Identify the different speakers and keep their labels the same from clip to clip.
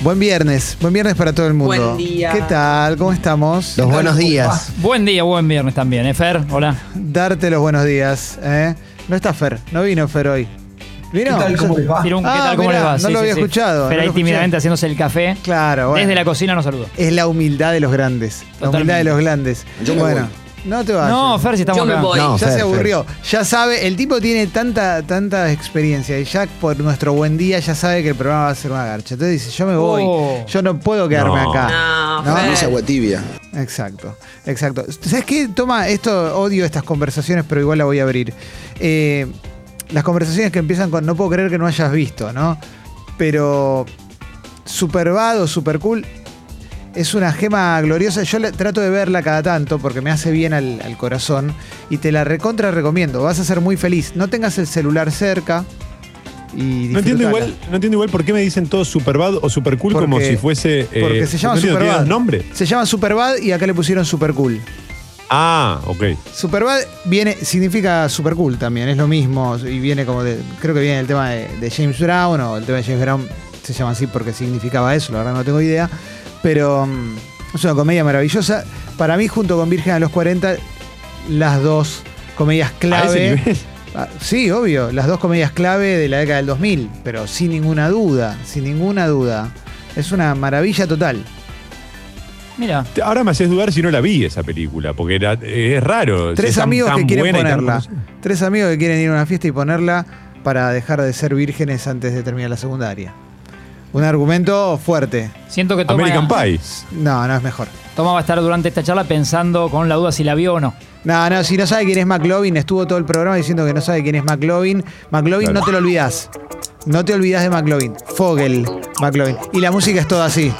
Speaker 1: Buen viernes, buen viernes para todo el mundo.
Speaker 2: Buen día.
Speaker 1: ¿Qué tal? ¿Cómo estamos?
Speaker 3: Los buenos días.
Speaker 4: Buen día, buen viernes también, ¿eh, Fer? Hola.
Speaker 1: Darte los buenos días. ¿eh? No está Fer, no vino Fer hoy. ¿Vino?
Speaker 5: ¿Qué tal? ¿Cómo les va?
Speaker 4: Tira un-
Speaker 1: Ah,
Speaker 4: ¿Qué tal? ¿Cómo
Speaker 1: mirá,
Speaker 4: les va?
Speaker 1: no lo había escuchado,
Speaker 4: Fer
Speaker 1: no
Speaker 4: ahí
Speaker 1: lo escuché.
Speaker 4: tímidamente haciéndose el café.
Speaker 1: Claro, bueno.
Speaker 4: Desde la cocina nos saluda.
Speaker 1: Es la humildad de los grandes. La
Speaker 4: Totalmente.
Speaker 1: humildad de los grandes.
Speaker 3: Yo me
Speaker 1: bueno,
Speaker 3: voy.
Speaker 1: no te vayas.
Speaker 4: No, Fer, si estamos
Speaker 2: Yo me
Speaker 4: acá.
Speaker 2: voy.
Speaker 1: ya
Speaker 3: No, Fer,
Speaker 1: se
Speaker 3: Fer.
Speaker 1: aburrió. Ya sabe, el tipo tiene tanta, tanta experiencia. Y ya por nuestro buen día ya sabe que el programa va a ser una garcha. Entonces dice, yo me voy.
Speaker 4: Oh.
Speaker 1: Yo no puedo quedarme
Speaker 3: No.
Speaker 1: acá.
Speaker 2: No,
Speaker 1: Ah, No,
Speaker 2: Fer.
Speaker 3: No es agua tibia.
Speaker 1: Exacto, exacto. ¿Sabes qué? Toma, esto, odio estas conversaciones, pero igual la voy a abrir. Eh, las conversaciones que empiezan con no puedo creer que no hayas visto, ¿no? Pero Superbad o Super Cool es una gema gloriosa. Yo la- trato de verla cada tanto porque me hace bien al, al corazón y te la recontra recomiendo. Vas a ser muy feliz. No tengas el celular cerca y
Speaker 6: No entiendo,
Speaker 1: disfrutala.
Speaker 6: igual, no entiendo igual por qué me dicen todos Superbad o Supercool como
Speaker 1: Porque-
Speaker 6: si fuese. eh,
Speaker 1: Porque se llama
Speaker 6: no entiendo, ¿tiene
Speaker 1: Superbad.
Speaker 6: dos nombres?
Speaker 1: Se llama Superbad y acá le pusieron Super Cool.
Speaker 6: Ah, ok.
Speaker 1: Superbad viene, significa super cool también, es lo mismo, y viene como de, creo que viene el tema de, de James Brown, o el tema de James Brown se llama así porque significaba eso, la verdad no tengo idea, pero mm, es una comedia maravillosa. Para mí, junto con Virgen a los 40, las dos comedias
Speaker 6: A ese
Speaker 1: clave.
Speaker 6: nivel.
Speaker 1: Ah, Sí, obvio, las dos comedias clave de la década del 2000, pero sin ninguna duda, sin ninguna duda. Es una maravilla total.
Speaker 4: Mira,
Speaker 6: Te- Ahora me haces dudar si no la vi esa película, porque era- eh, es raro. si
Speaker 1: Tres
Speaker 6: es tan-
Speaker 1: amigos
Speaker 6: tan
Speaker 1: que quieren
Speaker 6: buena y tan
Speaker 1: ponerla.
Speaker 6: conocida.
Speaker 1: Tres amigos que quieren ir a una fiesta y ponerla para dejar de ser vírgenes antes de terminar la secundaria. Un argumento fuerte.
Speaker 4: siento que toma,
Speaker 6: American Pie.
Speaker 1: No, no es mejor.
Speaker 4: Toma va a estar durante esta charla pensando con la duda si la vio o no.
Speaker 1: No, no, si no sabe quién es McLovin, estuvo todo el programa diciendo que no sabe quién es McLovin. McLovin
Speaker 6: Claro.
Speaker 1: no te lo olvidas. No te olvidas de McLovin. Fogel, McLovin. Y la música es toda así.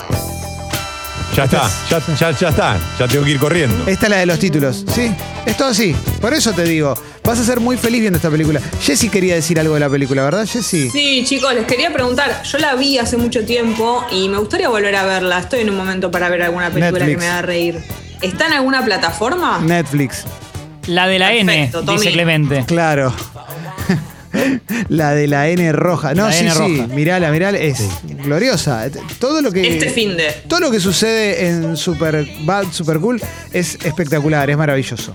Speaker 6: Ya está, ya, ya, ya está. Ya tengo que ir corriendo.
Speaker 1: Esta es la de los títulos, ¿sí? Es todo así. Por eso te digo, vas a ser muy feliz viendo esta película. Jessy quería decir algo de la película, ¿verdad, Jessy?
Speaker 2: Sí, chicos, les quería preguntar. Yo la vi hace mucho tiempo y me gustaría volver a verla. Estoy en un momento para ver alguna película
Speaker 1: Netflix.
Speaker 2: que me haga reír. ¿Está en alguna plataforma?
Speaker 1: Netflix.
Speaker 4: La de la
Speaker 2: Perfecto,
Speaker 4: N,
Speaker 2: Tommy.
Speaker 4: dice Clemente.
Speaker 1: Claro. la de la N roja. No,
Speaker 4: La
Speaker 1: sí,
Speaker 4: N
Speaker 1: sí.
Speaker 4: roja.
Speaker 1: Mirala, mirala. Es gloriosa. Todo lo que.
Speaker 2: Este fin de.
Speaker 1: Todo lo que sucede en Super Bad, Super Cool es espectacular, es maravilloso.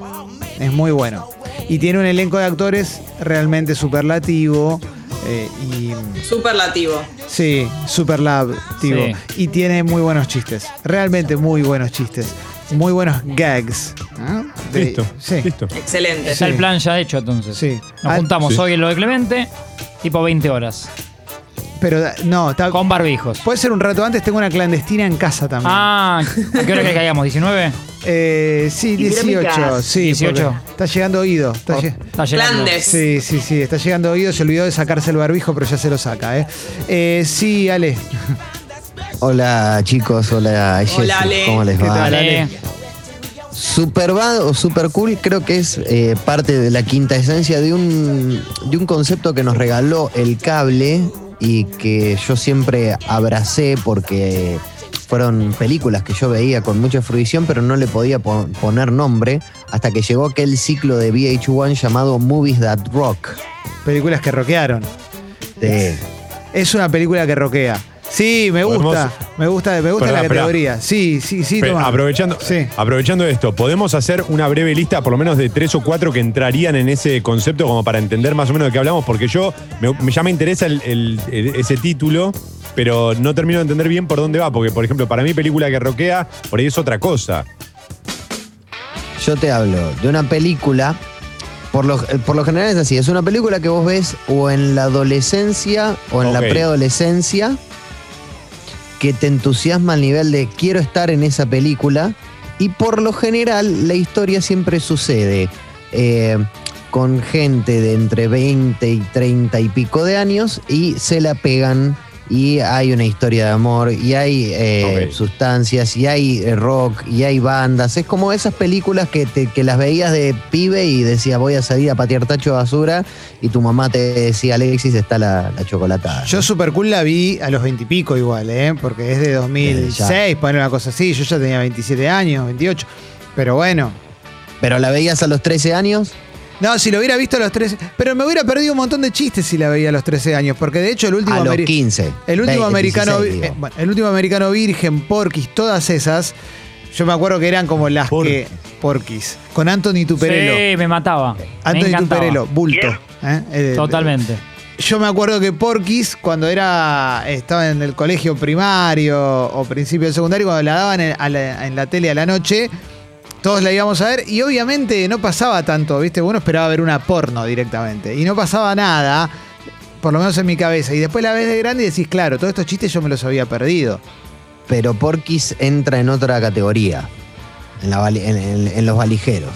Speaker 1: Es muy bueno. Y tiene un elenco de actores realmente superlativo. eh, y.
Speaker 2: Superlativo.
Speaker 1: Sí, superlativo.
Speaker 4: Sí.
Speaker 1: Y tiene muy buenos chistes. Realmente muy buenos chistes. Muy buenos gags. ¿Ah? De-
Speaker 6: Listo,
Speaker 1: Sí.
Speaker 6: listo.
Speaker 2: Excelente.
Speaker 4: Está
Speaker 1: Sí.
Speaker 4: el plan ya hecho entonces.
Speaker 1: Sí.
Speaker 4: Nos
Speaker 1: Ah,
Speaker 4: juntamos
Speaker 6: sí.
Speaker 4: hoy en lo de Clemente, tipo 20 horas,
Speaker 1: Pero no, está.
Speaker 4: con barbijos.
Speaker 1: Puede ser un rato antes, tengo una clandestina en casa también.
Speaker 4: Ah, ¿a qué hora que caigamos? ¿19?
Speaker 1: Eh, sí,
Speaker 2: Y dinámicas.
Speaker 1: 18. Sí,
Speaker 4: 18.
Speaker 1: porque Está llegando oído. Está
Speaker 4: Oh,
Speaker 1: lle-
Speaker 4: Está llegando.
Speaker 2: Flandes.
Speaker 1: Sí, sí, sí, está llegando oído, se olvidó de sacarse el barbijo, pero ya se lo saca, ¿eh? Eh, sí, Ale.
Speaker 3: Hola chicos, hola Jessy.
Speaker 2: Hola, Ale.
Speaker 3: ¿Cómo les
Speaker 1: ¿Qué
Speaker 3: va?
Speaker 1: tal?
Speaker 4: Dale.
Speaker 3: Superbad o Super Cool creo que es eh, parte de la quinta esencia de un, de un concepto que nos regaló el cable y que yo siempre abracé porque fueron películas que yo veía con mucha fruición pero no le podía po- poner nombre hasta que llegó aquel ciclo de VH1 llamado Movies That Rock.
Speaker 1: Películas que roquearon.
Speaker 3: de-
Speaker 1: Es una película que roquea. Sí, me
Speaker 6: Podemos-
Speaker 1: gusta. Me gusta, me gusta
Speaker 6: Pará,
Speaker 1: la
Speaker 6: pará.
Speaker 1: categoría. Sí, sí, sí,
Speaker 6: Pero
Speaker 1: toma.
Speaker 6: aprovechando,
Speaker 1: Sí.
Speaker 6: aprovechando esto, ¿podemos hacer una breve lista, por lo menos de tres o cuatro que entrarían en ese concepto, como para entender más o menos de qué hablamos? Porque yo, me, me- ya me interesa el- el- el- ese título, pero no termino de entender bien por dónde va, porque, por ejemplo, para mí, película que roquea, por ahí es otra cosa.
Speaker 3: Yo te hablo de una película, por lo, eh, por lo general es así, es una película que vos ves o en la adolescencia o en
Speaker 6: Ok.
Speaker 3: la preadolescencia, que te entusiasma al nivel de quiero estar en esa película, y por lo general la historia siempre sucede eh, con gente de entre 20 y 30 y pico de años y se la pegan. Y hay una historia de amor, y hay eh,
Speaker 6: Ok.
Speaker 3: sustancias, y hay eh, rock, y hay bandas. Es como esas películas que, te- que las veías de pibe y decías voy a salir a patear tacho de basura, y tu mamá te decía, Alexis, está la, la chocolatada.
Speaker 1: Yo Super Cool la vi a los veintipico igual, ¿eh? Porque es de
Speaker 6: Eh,
Speaker 1: 2006, poner una cosa así. Yo ya tenía 27 años, 28. Pero bueno,
Speaker 3: Pero la veías a los 13 años
Speaker 1: No, si lo hubiera visto a los 13. Pero me hubiera perdido un montón de chistes si la veía a los 13 años. Porque de hecho, el último.
Speaker 3: A los
Speaker 1: ameri-
Speaker 3: 15.
Speaker 1: El último
Speaker 3: 20,
Speaker 1: americano.
Speaker 3: 16,
Speaker 1: vi-
Speaker 3: digo.
Speaker 1: eh, bueno, el último americano virgen, Porquis, todas esas. Yo me acuerdo que eran como las que. Porquis. Con Anthony Tuperello.
Speaker 4: Sí, me mataba. me
Speaker 1: Anthony
Speaker 4: encantaba.
Speaker 1: Tuperello, bulto. ¿eh? Eh,
Speaker 4: Totalmente.
Speaker 1: Yo me acuerdo que Porquis, cuando era estaba en el colegio primario o principio del secundario, cuando la daban en, a la, en la tele a la noche, todos la íbamos a ver y obviamente no pasaba tanto, ¿viste? Uno esperaba ver una porno directamente y no pasaba nada, por lo menos en mi cabeza. Y después la ves de grande y decís, claro, todos estos chistes yo me los había perdido. eh,
Speaker 3: Pero Porquis entra en otra categoría. En, la vali- en- en- en los valijeros.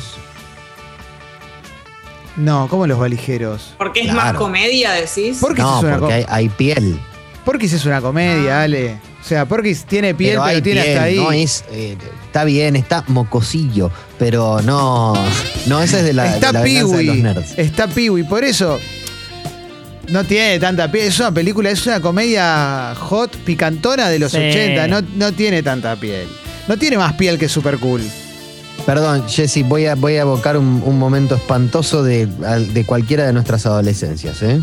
Speaker 1: No, como los valijeros.
Speaker 2: Porque es más
Speaker 3: Claro.
Speaker 2: comedia, decís.
Speaker 1: ¿Por qué
Speaker 3: No,
Speaker 1: es una
Speaker 3: porque
Speaker 1: co-
Speaker 3: hay, hay piel.
Speaker 1: Porquis es una comedia, Ale. O sea, Porquis tiene piel, pero,
Speaker 3: hay
Speaker 1: tiene
Speaker 3: piel,
Speaker 1: hasta ahí.
Speaker 3: No es, eh, está bien, está mocosillo, pero no. No, ese es de la, de
Speaker 1: Está
Speaker 3: la venganza de los
Speaker 1: Piwi.
Speaker 3: nerds.
Speaker 1: Está Piwi. Por eso no tiene tanta piel. Es una película, es una comedia hot, picantona de los
Speaker 4: Sí.
Speaker 1: 80. No, no tiene tanta piel. No tiene más piel que Super Cool.
Speaker 3: Perdón, Jesse, voy a, voy a evocar un, un momento espantoso de, al- de cualquiera de nuestras adolescencias. ¿eh?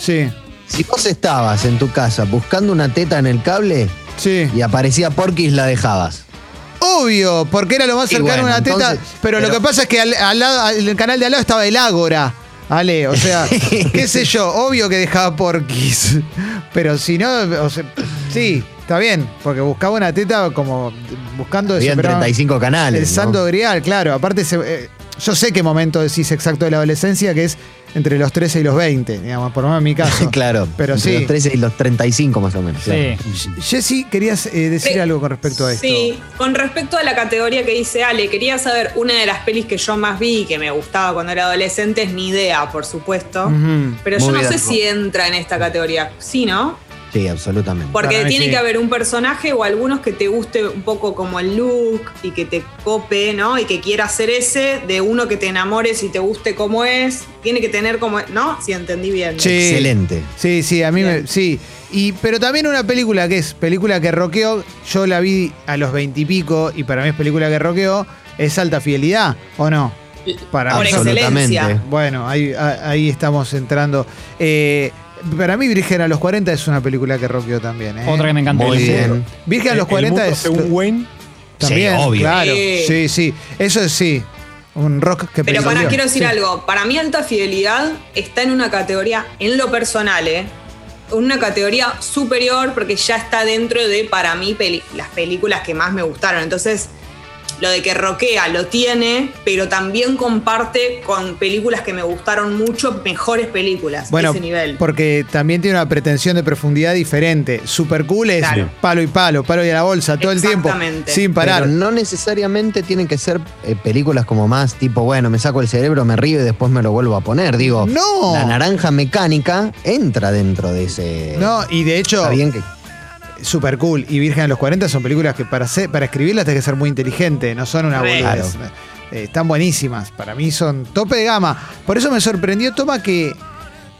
Speaker 1: Sí,
Speaker 3: Si vos estabas en tu casa buscando una teta en el cable
Speaker 1: sí.
Speaker 3: y aparecía Porquis, la dejabas.
Speaker 1: Obvio, porque era lo más
Speaker 3: Y
Speaker 1: cercano
Speaker 3: bueno,
Speaker 1: a una teta.
Speaker 3: entonces-
Speaker 1: pero, lo
Speaker 3: pero-
Speaker 1: que pasa es que al, al lado, al- en el canal de al lado estaba el Ágora. Ale, o sea, qué sé yo, obvio que dejaba porquis. Pero si no, o sea, sí, está bien, porque buscaba una teta como buscando
Speaker 3: Habían
Speaker 1: desesperadamente-
Speaker 3: 35 canales.
Speaker 1: El
Speaker 3: ¿no?
Speaker 1: santo grial, claro. Aparte, se- eh, yo sé qué momento decís exacto de la adolescencia, que es entre los 13 y los 20, digamos, por lo menos en mi caso.
Speaker 3: claro,
Speaker 1: Pero
Speaker 3: entre
Speaker 1: sí.
Speaker 3: los 13 y los 35 más o menos.
Speaker 4: Sí.
Speaker 1: Jessy, querías eh, decir
Speaker 2: Sí.
Speaker 1: algo con respecto a esto.
Speaker 2: Sí, con respecto a la categoría que dice Ale, quería saber una de las pelis que yo más vi y que me gustaba cuando era adolescente, es Ni Idea, por supuesto.
Speaker 1: Ujú.
Speaker 2: Pero
Speaker 3: Muy
Speaker 2: yo no
Speaker 3: bien,
Speaker 2: sé
Speaker 3: ¿no?
Speaker 2: si entra en esta categoría. Sí, ¿no?
Speaker 3: claro. Sí, absolutamente.
Speaker 2: Porque
Speaker 1: Para mí
Speaker 2: tiene
Speaker 1: sí.
Speaker 2: que haber un personaje o algunos que te guste un poco como el look y que te cope, ¿no? Y que quiera ser ese, de uno que te enamores y te guste como es. Tiene que tener como. ¿No? Si entendí bien.
Speaker 1: Sí.
Speaker 3: Excelente.
Speaker 1: Sí, sí, a mí
Speaker 2: Bien.
Speaker 1: me. Sí. Y, pero también una película que es película que roqueó, yo la vi a los 20 y pico, y para mí es película que roqueó, es alta fidelidad, ¿o no? Para
Speaker 2: Por
Speaker 1: nosotros-
Speaker 3: absolutamente.
Speaker 2: excelencia.
Speaker 1: Bueno, ahí, a- ahí estamos entrando. Eh, para mí, Virgen a los 40 es una película que roqueó también. ¿eh?
Speaker 4: Otra que me encantó.
Speaker 3: Muy
Speaker 4: Sí.
Speaker 3: bien.
Speaker 1: Virgen a los
Speaker 6: ¿Eh? El
Speaker 1: 40
Speaker 6: mundo
Speaker 1: es.
Speaker 6: Según Wayne,
Speaker 1: También,
Speaker 3: Sí, obvio.
Speaker 1: claro.
Speaker 2: Sí.
Speaker 1: Sí, sí. Eso es sí. Un rock que
Speaker 2: Pero para,
Speaker 1: precedió.
Speaker 2: quiero decir
Speaker 1: Sí.
Speaker 2: algo. Para mí, alta fidelidad está en una categoría, en lo personal, ¿eh? Una categoría superior porque ya está dentro de, para mí, peli- las películas que más me gustaron. Entonces, lo de que roquea lo tiene, pero también comparte con películas que me gustaron mucho, mejores películas.
Speaker 1: Bueno,
Speaker 2: ese nivel.
Speaker 1: porque también tiene una pretensión de profundidad diferente. Super cool es
Speaker 2: Claro.
Speaker 1: palo y palo, palo y a la bolsa, todo el tiempo.
Speaker 2: Exactamente.
Speaker 1: Sin parar.
Speaker 3: Pero no necesariamente tienen que ser eh, películas como más tipo, bueno, me saco el cerebro, me río y después me lo vuelvo a poner. Digo,
Speaker 1: No.
Speaker 3: la naranja mecánica entra dentro de ese.
Speaker 1: No, y de hecho,
Speaker 3: Está bien que.
Speaker 1: Super Cool y Virgen a los 40 son películas que para, ser- para escribirlas tenés que ser muy inteligente, no son una
Speaker 2: Re.
Speaker 1: boludez. Eh, están buenísimas, para mí son tope de gama. Por eso me sorprendió, Toma, que,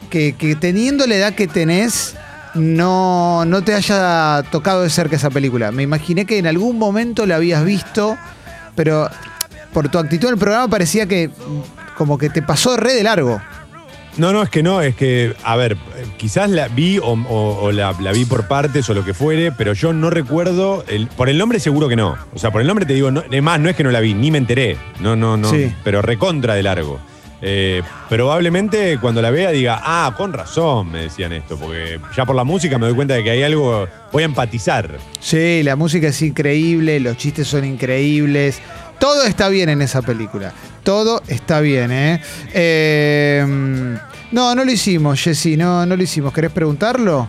Speaker 1: que, que teniendo la edad que tenés, no, no te haya tocado de cerca esa película. Me imaginé que en algún momento la habías visto, pero por tu actitud en el programa parecía que mm, como que te pasó re de largo.
Speaker 6: No, no, es que no, es que, a ver, eh, quizás la vi o, o- o la, la vi por partes o lo que fuere, pero yo no recuerdo, el- por el nombre seguro que no. O sea, por el nombre te digo, no, es más, no es que no la vi, ni me enteré. No, no, no,
Speaker 1: Sí.
Speaker 6: pero recontra de largo. Eh, probablemente cuando la vea diga, ah, con razón me decían esto, porque ya por la música me doy cuenta de que hay algo, voy a empatizar.
Speaker 1: Sí, la música es increíble, los chistes son increíbles. Todo está bien en esa película. Todo está bien, ¿eh? Eh, no, no lo hicimos, Jessy, no, no lo hicimos. ¿Querés preguntarlo?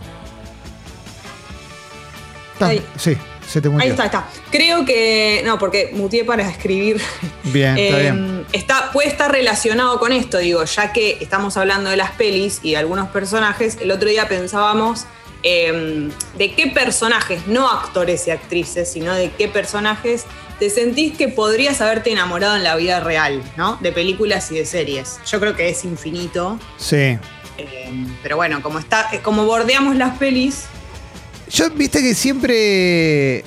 Speaker 1: Ta-
Speaker 2: Ahí.
Speaker 1: Sí, se te murió.
Speaker 2: Ahí está, ahí está. Creo que. No, porque mutié para escribir.
Speaker 1: Bien, está
Speaker 2: Eh,
Speaker 1: bien.
Speaker 2: está- puede estar relacionado con esto, digo, ya que estamos hablando de las pelis y de algunos personajes, el otro día pensábamos eh, de qué personajes, no actores y actrices, sino de qué personajes te sentís que podrías haberte enamorado en la vida real, ¿no? De películas y de series. Yo creo que es infinito,
Speaker 1: Sí.
Speaker 2: eh, pero bueno, como, está, como bordeamos las pelis,
Speaker 1: Yo, viste que siempre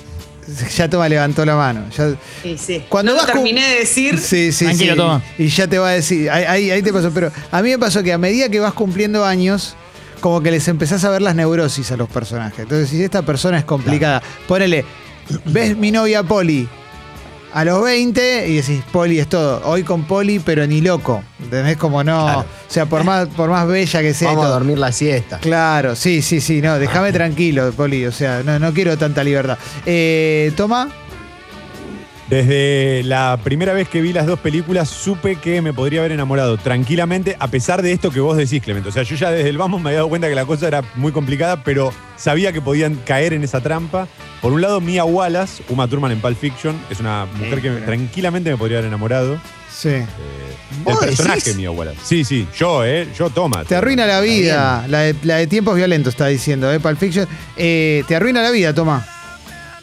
Speaker 1: Ya Toma levantó la mano. Ya-
Speaker 2: Sí, sí.
Speaker 1: Cuando
Speaker 2: no lo
Speaker 1: vas con-
Speaker 2: terminé de decir,
Speaker 1: Sí, sí,
Speaker 4: Tranquilo,
Speaker 1: sí.
Speaker 4: Toma.
Speaker 1: Y ya te va a decir, ahí, ahí- ahí te pasó. Pero a mí me pasó que a medida que vas cumpliendo años, como que les empezás a ver las neurosis a los personajes. Entonces, si esta persona es complicada, ponele, ves mi novia Poli a los 20 y decís, Poli es todo. Hoy con Poli, pero ni loco. ¿Entendés? Como no.
Speaker 3: Claro.
Speaker 1: O sea, por más, por más bella que sea. y
Speaker 3: Vamos a
Speaker 1: todo.
Speaker 3: dormir Ah. la siesta.
Speaker 1: Claro, sí, sí, sí, no, déjame tranquilo, Poli, o sea, no, no quiero tanta libertad. Eh, Toma,
Speaker 6: Desde la primera vez que vi las dos películas, supe que me podría haber enamorado tranquilamente, a pesar de esto que vos decís, Clemente. O sea, yo ya desde el vamos me había dado cuenta que la cosa era muy complicada, pero sabía que podían caer en esa trampa. Por un lado, Mia Wallace, Uma Thurman en Pulp Fiction, es una mujer que me- tranquilamente me podría haber enamorado.
Speaker 1: sí.
Speaker 6: El
Speaker 3: ¿Vos
Speaker 6: personaje
Speaker 3: decís?
Speaker 6: Mia Wallace. Sí, sí, yo, ¿eh? Yo, toma.
Speaker 1: Te arruina la vida. La de, la de tiempos violentos está diciendo, ¿eh? Pulp Fiction. Eh, te arruina la vida, toma.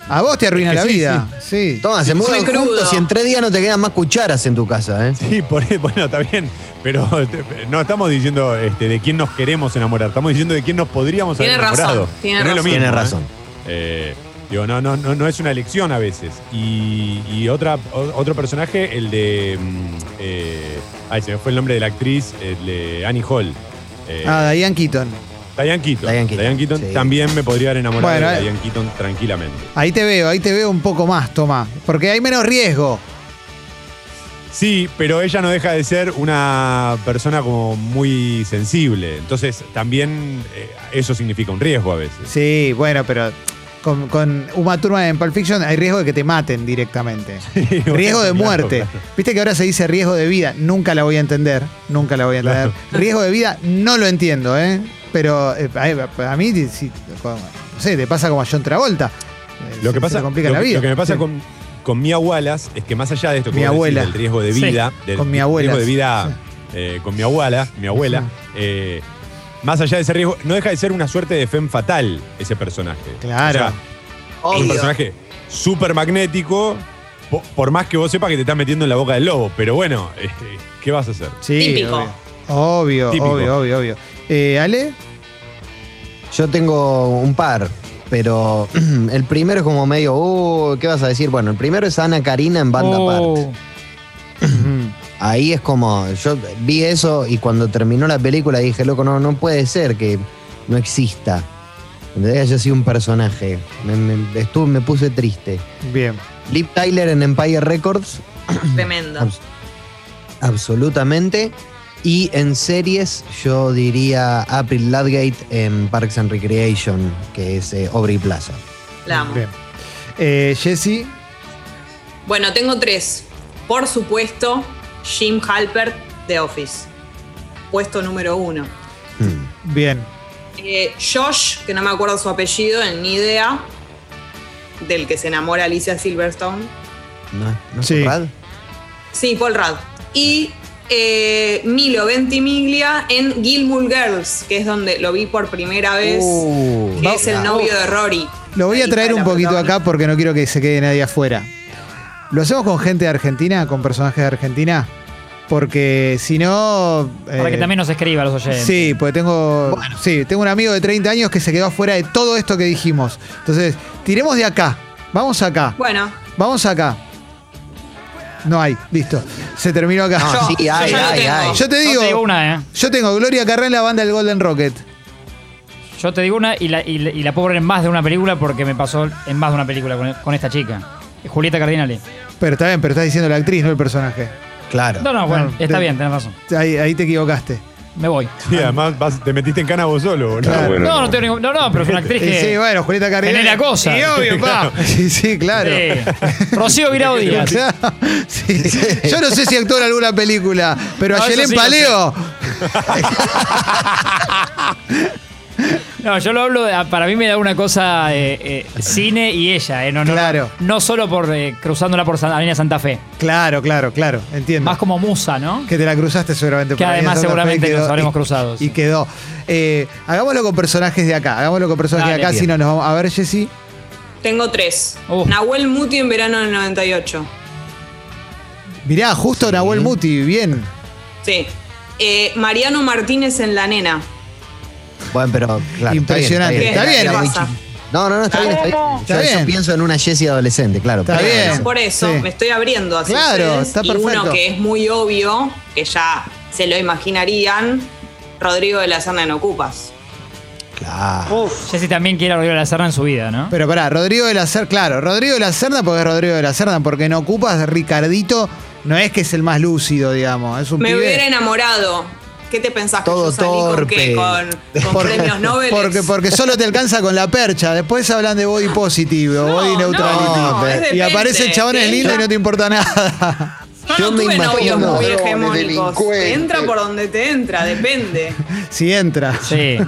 Speaker 1: A vos te arruina
Speaker 6: Es que
Speaker 1: la
Speaker 6: sí,
Speaker 1: vida. Sí.
Speaker 3: Toma, se mudan
Speaker 2: Soy crudo.
Speaker 3: juntos y en tres días no te quedan más cucharas en tu casa, ¿eh?
Speaker 6: Sí, por, bueno, está bien, pero te- no estamos diciendo este, de quién nos queremos enamorar, estamos diciendo de quién nos podríamos
Speaker 2: Tiene
Speaker 6: haber
Speaker 2: razón,
Speaker 6: enamorado.
Speaker 2: tiene
Speaker 6: Que no es lo
Speaker 2: razón.
Speaker 6: mismo,
Speaker 3: Tiene
Speaker 6: ¿eh?
Speaker 3: razón.
Speaker 6: Eh, digo, no, no, no, no es una elección a veces. Y, y otra, o- otro personaje, el de. mm, eh, ay, se me fue el nombre de la actriz, el de Annie Hall. Eh,
Speaker 1: Ah, Diane Keaton.
Speaker 6: Diane Keaton.
Speaker 3: Diane Keaton, sí.
Speaker 6: también me podría haber enamorado
Speaker 1: Bueno,
Speaker 6: de
Speaker 1: eh.
Speaker 6: Diane Keaton tranquilamente.
Speaker 1: Ahí te veo, ahí te veo un poco más, toma. Porque hay menos riesgo.
Speaker 6: Sí, pero ella no deja de ser una persona como muy sensible. Entonces, también eh, eso significa un riesgo a veces.
Speaker 1: Sí, bueno, pero con, con Uma Thurman en Pulp Fiction hay riesgo de que te maten directamente.
Speaker 6: bueno,
Speaker 1: riesgo de
Speaker 6: claro,
Speaker 1: muerte.
Speaker 6: claro.
Speaker 1: Viste que ahora se dice riesgo de vida. Nunca la voy a entender. Nunca la voy a entender. Riesgo de vida no lo entiendo, ¿eh? Pero eh, a, a mí, si- como- no sé, te pasa como a John Travolta. Eh,
Speaker 6: Lo
Speaker 1: se-
Speaker 6: que, pasa,
Speaker 1: se le complica
Speaker 6: lo
Speaker 1: la
Speaker 6: que-
Speaker 1: vida.
Speaker 6: lo que me pasa
Speaker 1: Sí.
Speaker 6: con, con Mia Wallace es que más allá de esto que
Speaker 1: Mi
Speaker 6: vos
Speaker 1: abuela.
Speaker 6: decís del riesgo de
Speaker 4: Sí,
Speaker 6: vida, del
Speaker 1: con mi
Speaker 6: riesgo
Speaker 1: abuela,
Speaker 6: de vida
Speaker 1: sí.
Speaker 6: eh, con mi abuela, mi abuela, eh, más allá de ese riesgo, no deja de ser una suerte de femme fatal ese personaje.
Speaker 1: Claro.
Speaker 6: O sea, es un
Speaker 2: obvio.
Speaker 6: personaje súper magnético, po- por más que vos sepas que te estás metiendo en la boca del lobo, pero bueno, este, ¿qué vas a hacer?
Speaker 1: Sí,
Speaker 2: Típico.
Speaker 1: Obvio, obvio,
Speaker 6: Típico.
Speaker 1: obvio, obvio. obvio. Eh, ¿Ale?
Speaker 3: Yo tengo un par, pero el primero es como medio, "Uh, ¿qué vas a decir? Bueno, el primero es Ana Karina en Banda Park.
Speaker 4: Oh,
Speaker 1: Mm,
Speaker 3: Ahí es como, yo vi eso y cuando terminó la película dije, loco, no, no puede ser que no exista. Que haya sido un personaje. Me, me- estuve- me puse triste.
Speaker 1: Bien.
Speaker 3: Liv Tyler en Empire Records,
Speaker 2: Tremendo.
Speaker 3: abs- absolutamente. Y en series yo diría April Ludgate en Parks and Recreation, que es eh, Aubrey Plaza.
Speaker 2: La amo.
Speaker 1: Bien. Eh, Jesse,
Speaker 2: Bueno, tengo tres. Por supuesto, Jim Halpert de Office. Puesto número uno.
Speaker 3: Mm.
Speaker 1: bien.
Speaker 2: Eh, Josh, que no me acuerdo su apellido, en ni idea, del que se enamora Alicia Silverstone.
Speaker 3: ¿No, no es
Speaker 1: Sí.
Speaker 3: Conrad?
Speaker 2: Sí, Paul Rudd. Y eh, Milo Ventimiglia en Gilmour Girls, que es donde lo vi por primera vez,
Speaker 3: Uh,
Speaker 2: que es el
Speaker 3: ah,
Speaker 2: novio de Rory.
Speaker 1: Lo voy
Speaker 2: La
Speaker 1: a
Speaker 2: hija
Speaker 1: traer
Speaker 2: de
Speaker 1: un
Speaker 2: la
Speaker 1: poquito
Speaker 2: protagonista.
Speaker 1: acá porque no quiero que se quede nadie afuera. Lo hacemos con gente de Argentina, con personajes de Argentina, porque si no...
Speaker 4: para que
Speaker 1: eh,
Speaker 4: también nos escriba a los oyentes.
Speaker 1: Sí, porque tengo, sí, tengo un amigo de 30 años que se quedó afuera de todo esto que dijimos. Entonces, tiremos de acá. Vamos acá.
Speaker 2: Bueno,
Speaker 1: Vamos acá. No hay. Listo. Se terminó acá.
Speaker 3: No,
Speaker 2: Yo-
Speaker 3: sí,
Speaker 2: yo
Speaker 3: ah. ay,
Speaker 2: ya lo
Speaker 3: ay,
Speaker 2: tengo.
Speaker 3: ay.
Speaker 1: Yo te
Speaker 4: Yo
Speaker 1: digo,
Speaker 4: te digo una, ¿eh?
Speaker 1: yo tengo Gloria Carrá en la banda del Golden Rocket.
Speaker 4: Yo te digo una y la, y la, y la puedo poner en más de una película porque me pasó en más de una película con, con esta chica. Julieta Cardinale.
Speaker 1: Pero está bien, pero estás diciendo la actriz, no el personaje.
Speaker 3: Claro.
Speaker 4: No, no, bueno,
Speaker 1: No,
Speaker 4: está
Speaker 1: te-
Speaker 4: bien, tenés razón.
Speaker 1: Ahí, ahí te equivocaste.
Speaker 4: Me voy.
Speaker 6: Sí, además vas- te metiste en cana vos solo, boludo.
Speaker 1: Claro.
Speaker 5: bueno.
Speaker 4: No, no tengo ningún. No, no, pero es una actriz
Speaker 1: Y
Speaker 4: que.
Speaker 1: sí, bueno, Julieta Carrá.
Speaker 4: genera cosas.
Speaker 1: Y obvio, pa. Sí, sí, claro.
Speaker 4: Sí. eh, Rocío Virado
Speaker 1: O
Speaker 4: Díaz.
Speaker 1: sea, sí. Yo no sé si actuó en alguna película, pero
Speaker 4: No,
Speaker 1: a
Speaker 4: eso
Speaker 1: Yelén
Speaker 4: sí lo
Speaker 1: Paleo.
Speaker 4: No, yo lo hablo, de- para mí me da una cosa eh, eh, cine y ella, eh, no, no,
Speaker 1: Claro.
Speaker 4: no solo por eh, cruzándola por San, Avenida Santa Fe,
Speaker 1: Claro, claro, claro. Entiendo.
Speaker 4: más como musa, ¿no?
Speaker 1: Que te la cruzaste seguramente.
Speaker 4: Que
Speaker 1: por ahí,
Speaker 4: además
Speaker 1: Santa Fe,
Speaker 4: seguramente
Speaker 1: y quedó-
Speaker 4: nos habremos
Speaker 1: y-
Speaker 4: cruzado, sí.
Speaker 1: Y quedó. Eh, hagámoslo con personajes de acá. Hagámoslo con personajes
Speaker 4: Dale,
Speaker 1: de acá,
Speaker 4: bien.
Speaker 1: si no nos vamos. A ver, Jessy.
Speaker 2: tengo tres.
Speaker 4: Uh.
Speaker 2: Nahuel Muti en verano del 98.
Speaker 1: Mirá, justo Nahuel Muti, bien.
Speaker 2: Sí. Eh, Mariano Martínez en La Nena.
Speaker 3: Bueno, pero claro, está bien,
Speaker 1: Impresionante.
Speaker 2: Está bien,
Speaker 3: Era
Speaker 2: pasa.
Speaker 3: muy chi- No, no, no, está bien, está bien.
Speaker 5: ¿Cómo?
Speaker 3: Yo-
Speaker 1: Está bien.
Speaker 3: Yo pienso en una Jessie adolescente, claro.
Speaker 1: Está
Speaker 3: pero-
Speaker 1: bien.
Speaker 2: Bueno, por eso
Speaker 1: sí.
Speaker 2: me estoy abriendo hacia
Speaker 1: Claro,
Speaker 2: ustedes.
Speaker 1: está
Speaker 2: y
Speaker 1: perfecto.
Speaker 2: uno que es muy obvio, que ya se lo imaginarían, Rodrigo de la Serna en Ocupas.
Speaker 3: Claro.
Speaker 5: Uf.
Speaker 4: Jessy también quiere volver a la Serna en su vida, ¿no?
Speaker 1: Pero pará, Rodrigo de la Serna, claro, Rodrigo de la Serna porque es Rodrigo de la Serna, porque no ocupas Ricardito, no es que es el más lúcido, digamos, es un
Speaker 2: Me
Speaker 1: pibe.
Speaker 2: hubiera enamorado. ¿Qué te pensás? que
Speaker 3: Todo
Speaker 2: yo salí con
Speaker 3: torpe.
Speaker 2: qué? Con, con
Speaker 1: Por-
Speaker 2: premios Nobel.
Speaker 1: porque, porque solo te alcanza con la percha. Después hablan de body positive o
Speaker 2: No,
Speaker 1: body
Speaker 2: no,
Speaker 1: neutrality.
Speaker 2: no, es
Speaker 1: y
Speaker 2: depende,
Speaker 1: aparecen chabones
Speaker 2: ¿sí?
Speaker 1: lindos y no te importa nada.
Speaker 2: Yo,
Speaker 3: Yo
Speaker 2: no
Speaker 3: me
Speaker 2: tuve
Speaker 3: imagino-
Speaker 2: novios muy
Speaker 5: No,
Speaker 2: hegemónicos.
Speaker 5: delincuente.
Speaker 2: Te entra por donde te entra, depende.
Speaker 1: si entra.
Speaker 4: Sí.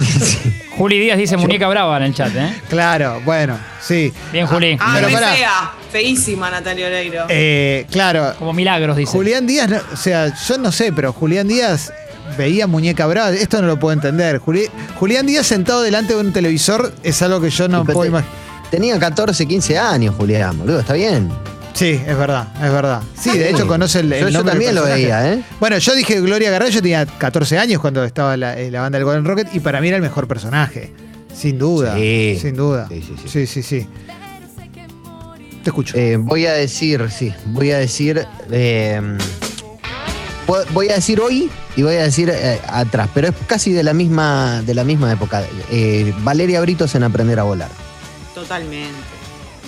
Speaker 4: Juli Díaz dice muñeca brava en el chat, ¿eh?
Speaker 1: Claro, bueno, sí.
Speaker 4: Bien, Juli.
Speaker 2: Ah,
Speaker 1: Pero
Speaker 2: re
Speaker 1: pará.
Speaker 2: fea. Feísima Natalia Oreiro.
Speaker 1: Eh, claro,
Speaker 4: Como milagros, dice.
Speaker 1: Julián Díaz, no- o sea, yo no sé, pero Julián Díaz veía muñeca brava. Esto no lo puedo entender. Juli- Julián Díaz sentado delante de un televisor es algo que yo no
Speaker 3: Pero
Speaker 1: puedo
Speaker 3: te-
Speaker 1: imaginar.
Speaker 3: Tenía 14, 15 años, Julián, boludo, está bien.
Speaker 1: Sí, es verdad, es verdad. Sí, de
Speaker 3: bien.
Speaker 1: hecho conoce el, el
Speaker 3: Yo- yo
Speaker 1: nombre del
Speaker 3: también lo
Speaker 1: personaje.
Speaker 3: veía, ¿eh?
Speaker 1: Bueno, yo dije Gloria Garray, yo tenía 14 años cuando estaba la, eh, la banda del Golden Rocket y para mí era el mejor personaje. Sin duda.
Speaker 3: Sí.
Speaker 1: Sin duda.
Speaker 3: Sí, sí, sí.
Speaker 1: sí, sí. Te escucho.
Speaker 3: Eh, voy a decir, sí, voy a decir. eh, vo- voy a decir hoy y voy a decir eh, atrás, pero es casi de la misma, de la misma época. Eh, Valeria Britos en Aprender a Volar.
Speaker 2: Totalmente.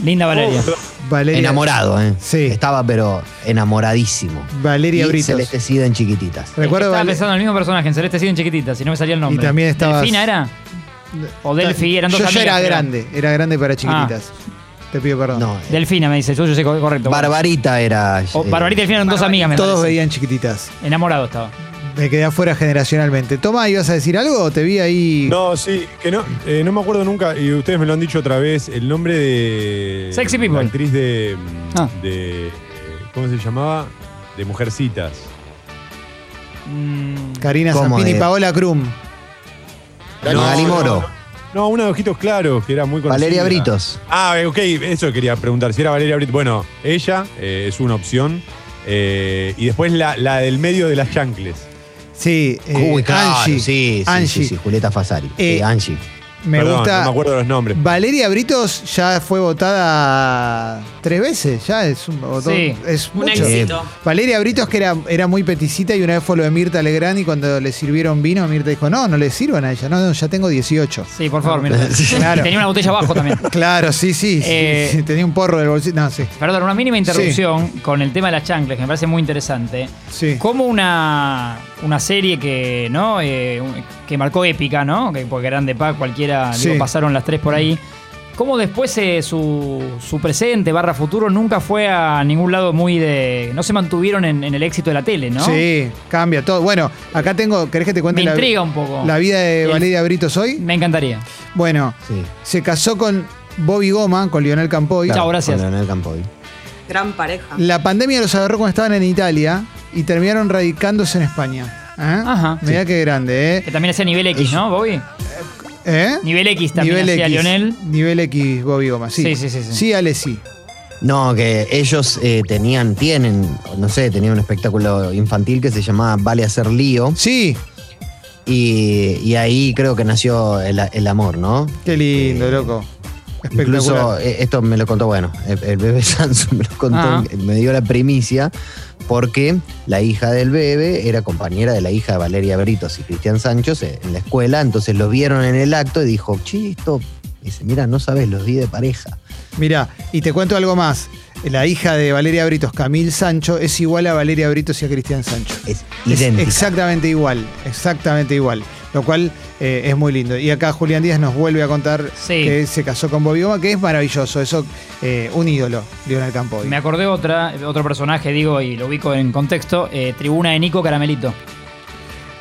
Speaker 4: Linda
Speaker 1: Oh,
Speaker 4: Valeria.
Speaker 1: Valeria.
Speaker 3: Enamorado, ¿eh?
Speaker 1: Sí.
Speaker 3: Estaba, pero enamoradísimo.
Speaker 1: Valeria
Speaker 3: y
Speaker 1: Britos.
Speaker 3: Celeste Sida en chiquititas.
Speaker 4: Es que
Speaker 1: Recuerdo
Speaker 4: estaba
Speaker 1: Vale-
Speaker 4: pensando en el mismo personaje, en Celeste Cid en chiquitita, si no me salía el nombre.
Speaker 1: Y también estabas-
Speaker 4: ¿Delfina era? O Delphi, eran dos
Speaker 1: Yo ya
Speaker 4: amigas, Ah.
Speaker 1: era
Speaker 4: creo.
Speaker 1: grande, era grande para chiquititas. Te pido perdón.
Speaker 3: No, eh,
Speaker 4: Delfina me dice, yo, yo sé co- correcto.
Speaker 3: Barbarita era.
Speaker 4: O
Speaker 3: eh,
Speaker 4: Barbarita y Delfina eran dos amigas, me
Speaker 1: Todos
Speaker 4: parece.
Speaker 1: veían chiquititas.
Speaker 4: Enamorado estaba.
Speaker 1: Me quedé afuera generacionalmente. Toma, ¿ibas a decir algo? Te vi ahí.
Speaker 6: No, sí, que no, eh, no me acuerdo nunca, y ustedes me lo han dicho otra vez, el nombre de.
Speaker 4: Sexy People.
Speaker 6: La actriz de.
Speaker 4: Ah.
Speaker 6: de, eh, ¿Cómo se llamaba? De Mujercitas.
Speaker 4: Mm,
Speaker 1: Karina
Speaker 3: ¿Cómo
Speaker 1: Zampini y
Speaker 3: de-
Speaker 1: Paola Krum.
Speaker 3: Magali Moro.
Speaker 6: No, una de ojitos claros, que era muy conocida.
Speaker 3: Valeria Britos.
Speaker 6: Ah, eh, ok, eso quería preguntar, si era Valeria Britos. Bueno, ella eh, es una opción. eh, y después la, la del medio de las chancles.
Speaker 1: Sí, eh,
Speaker 3: Uy, claro,
Speaker 1: Angie.
Speaker 3: sí, sí,
Speaker 1: Angie.
Speaker 3: sí, sí, Julieta Fasari.
Speaker 1: Eh,
Speaker 3: Eh, Angie.
Speaker 1: Me
Speaker 6: Perdón,
Speaker 1: gusta.
Speaker 6: No me acuerdo los nombres.
Speaker 1: Valeria Britos ya fue votada tres veces, ya es un votón-
Speaker 4: Sí,
Speaker 1: es
Speaker 2: Un
Speaker 1: mucho.
Speaker 2: éxito.
Speaker 1: Valeria Britos que era, era muy peticita y una vez fue lo de Mirta Legrand y cuando le sirvieron vino, Mirta dijo, no, no le sirvan a ella, no, no, ya tengo 18.
Speaker 4: sí, por favor, mira.
Speaker 1: Claro.
Speaker 4: Tenía una botella abajo también.
Speaker 1: Claro, sí, sí, sí,
Speaker 4: Eh,
Speaker 1: sí, tenía un porro del bolsillo. No, sí,
Speaker 4: Perdón, una mínima interrupción con el tema de las chanclas, que me parece muy interesante.
Speaker 1: sí.
Speaker 4: Como una, una serie que, ¿no? Eh, un- que marcó épica, ¿no? Que, porque eran de paz, cualquiera,
Speaker 1: Sí.
Speaker 4: digo, pasaron las tres por ahí. ¿Cómo después eh, su, su presente barra futuro nunca fue a ningún lado muy de. No se mantuvieron en, en el éxito de la tele, ¿no?
Speaker 1: Sí, cambia todo. Bueno, acá tengo, ¿querés que te cuente
Speaker 4: Me
Speaker 1: la,
Speaker 4: intriga un poco.
Speaker 1: la vida de
Speaker 4: El-
Speaker 1: Valeria Britos hoy?
Speaker 4: Me encantaría.
Speaker 1: Bueno,
Speaker 3: Sí.
Speaker 1: se casó con Bobby Goma, con Lionel Campoy.
Speaker 4: Chao, gracias.
Speaker 3: Con Leonel Campoy.
Speaker 2: Gran pareja.
Speaker 1: La pandemia los agarró cuando estaban en Italia y terminaron radicándose en España. ¿Eh?
Speaker 4: Ajá.
Speaker 1: Mirá qué grande, ¿eh?
Speaker 4: Que también hacía nivel X, ¿no, Bobby?
Speaker 1: ¿Eh?
Speaker 4: Nivel X también hacía Lionel.
Speaker 1: Nivel X, Bobby Goma. Sí,
Speaker 4: Sí, sí, sí, sí.
Speaker 1: Sí, Ale, sí.
Speaker 3: No, que ellos eh, tenían, tienen, no sé, tenían un espectáculo infantil que se llamaba Vale Hacer Lío.
Speaker 1: Sí,
Speaker 3: Y, y ahí creo que nació el, el amor, ¿no?
Speaker 1: qué lindo, loco.
Speaker 3: Incluso
Speaker 1: Espectacular.
Speaker 3: eh, esto me lo contó, bueno, el, el bebé Samsung me lo contó,
Speaker 4: Ah.
Speaker 3: me dio la primicia, porque la hija del bebé era compañera de la hija de Valeria Britos y Cristian Sánchez eh, en la escuela, entonces los vieron en el acto y dijo, "Che, esto, dice, mira, no sabes, los di de pareja.
Speaker 1: Mirá, y te cuento algo más. La hija de Valeria Britos, Camil Sancho, es igual a Valeria Britos y a Cristian Sancho.
Speaker 3: Es
Speaker 1: Es
Speaker 3: idéntica.
Speaker 1: exactamente igual, exactamente igual. Lo cual eh, es muy lindo. Y acá Julián Díaz nos vuelve a contar
Speaker 4: Sí.
Speaker 1: que se casó con Bobby Goma, que es maravilloso. Eso, eh, un ídolo, Leonel Campoy.
Speaker 4: Me acordé otra, otro personaje, digo, y lo ubico en contexto. eh, tribuna de Nico Caramelito.